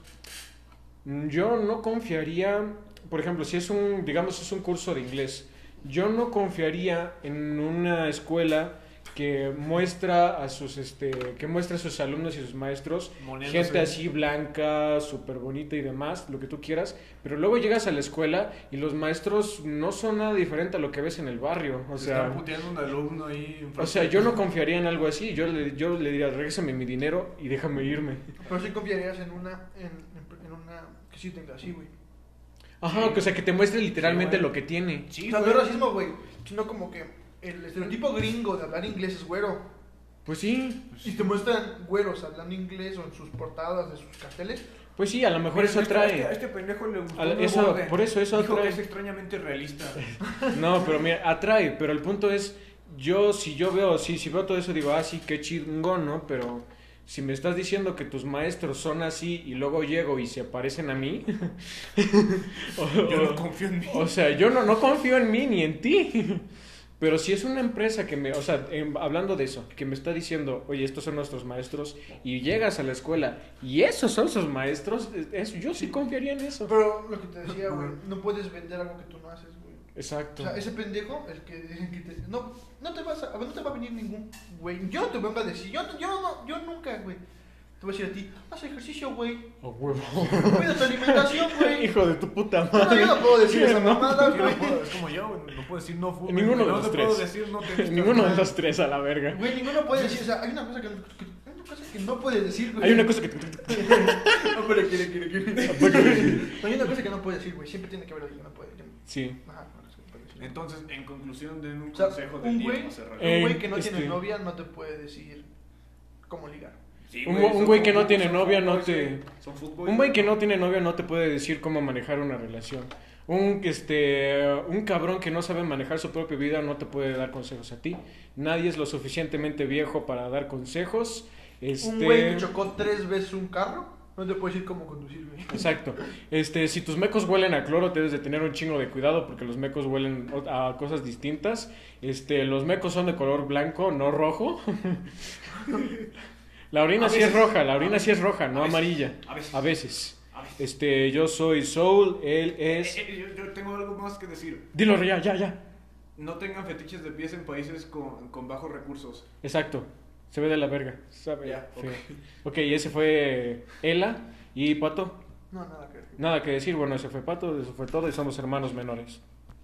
D: Mm, Yo no confiaría, por ejemplo, si es un, digamos, es un curso de inglés, yo no confiaría en una escuela que muestra a sus, este, que muestra a sus alumnos y sus maestros
B: Moneándose.
D: gente así blanca, súper bonita y demás, lo que tú quieras, pero luego llegas a la escuela y los maestros no son nada diferente a lo que ves en el barrio, o
B: Se
D: sea,
B: está puteando un alumno ahí. enfrente.
D: o sea, yo no confiaría en algo así, yo le, yo le diría, regrésame mi dinero y déjame irme.
C: Pero sí confiarías en una, en, en- en una que sí tenga así, güey.
D: Ajá, que- o sea, que te muestre literalmente
B: Sí, güey.
D: lo que tiene.
B: Sí,
C: o sea, no
B: güey.
C: es racismo, güey, sino como que el estereotipo gringo de hablar inglés es güero.
D: Pues sí,
C: Y te muestran güeros hablando inglés o en sus portadas de sus carteles.
D: pues sí, a lo mejor
B: Mira,
D: eso
B: a este- A
D: atrae.
B: este pendejo le gustó.
D: A la-
B: un
D: eso-
B: borde.
D: por eso, eso
B: Dijo
D: atrae.
B: que es extrañamente realista.
D: No, pero mira, atrae, pero el punto es, yo si yo veo, sí, si veo todo eso digo, ah, sí, qué chingón, ¿no? Pero si me estás diciendo que tus maestros son así y luego llego y se aparecen a mí, o-
B: Yo
D: o-
B: no confío en mí.
D: O sea, yo no, no confío en mí ni en ti. Pero si es una empresa que me, o sea, em, hablando de eso, que me está diciendo, oye, estos son nuestros maestros, y llegas a la escuela y esos son sus maestros, es- es- yo sí confiaría en eso.
C: Pero lo que te decía, güey, no puedes vender algo que tú no haces, güey. O
D: Exacto.
C: sea, ese pendejo, el que dicen que te... No, no te vas a... a ver, no te va a venir ningún güey. Yo no te vengo a decir, yo, no- yo, no, yo nunca, güey. Te voy a decir a ti, haz ejercicio, güey.
D: Oh, huevo.
C: Cuida tu alimentación, güey.
D: Hijo de tu puta
C: No,
D: madre.
C: yo no puedo decir
D: Sí,
C: esa
D: ¿no?
C: mamada,
B: Yo no
C: güey.
B: puedo- es como yo, güey, no puedo decir no fumo.
D: Ninguno de
B: no
D: los
B: te
D: tres.
B: puedo decir no te gusta.
D: Ninguno de los tres a la verga.
C: Güey, ninguno puede decir, o sea, hay una cosa que, que- hay una cosa que no puedes decir, güey.
D: Hay una cosa Ah, que...
C: No, pero quiere, quiere, quiere. No, hay una cosa que no puedes decir, güey. Siempre tiene que haber algo que no puedes decir.
D: Sí.
C: Ajá, no, es que no puedes decir.
B: Entonces, en conclusión, den un
C: O sea,
B: consejo de
C: un
B: día
C: güey,
B: para cerrar.
D: Eh,
C: un güey que no
D: este-
C: tiene novia no te puede decir cómo ligar.
B: Sí,
D: un güey- un güey que no
B: son-
D: tiene
B: son
D: novia, no
B: fuckboys,
D: te-
B: güey. Son fuckboys.
D: Un güey que no tiene novia no te puede decir cómo manejar una relación. Un, este, un cabrón que no sabe manejar su propia vida no te puede dar consejos a ti. Nadie es lo suficientemente viejo para dar consejos. Este,
C: Un güey que chocó tres veces un carro no te puede decir cómo conducir, güey.
D: Exacto. Este, si tus mecos huelen a cloro, debes de tener un chingo de cuidado porque los mecos huelen o- a cosas distintas. Este, los mecos son de color blanco, no rojo. la orina
B: A
D: sí es
B: veces.
D: roja, la orina sí es roja, no
B: A veces.
D: amarilla.
B: A veces.
D: A veces.
B: A veces.
D: Este, yo soy Soul, él
B: Eh,
D: es
B: eh, yo, yo tengo algo más que decir.
D: Dilo ya, ya, ya.
B: No tengan fetiches de pies en países con, con bajos recursos.
D: Exacto. Se ve de la verga. Sabe.
B: Ya,
D: feo. ok, ese fue Ela y Pato.
C: No, nada que ver.
D: Nada que decir. Bueno, ese fue Pato, eso fue todo y somos hermanos menores.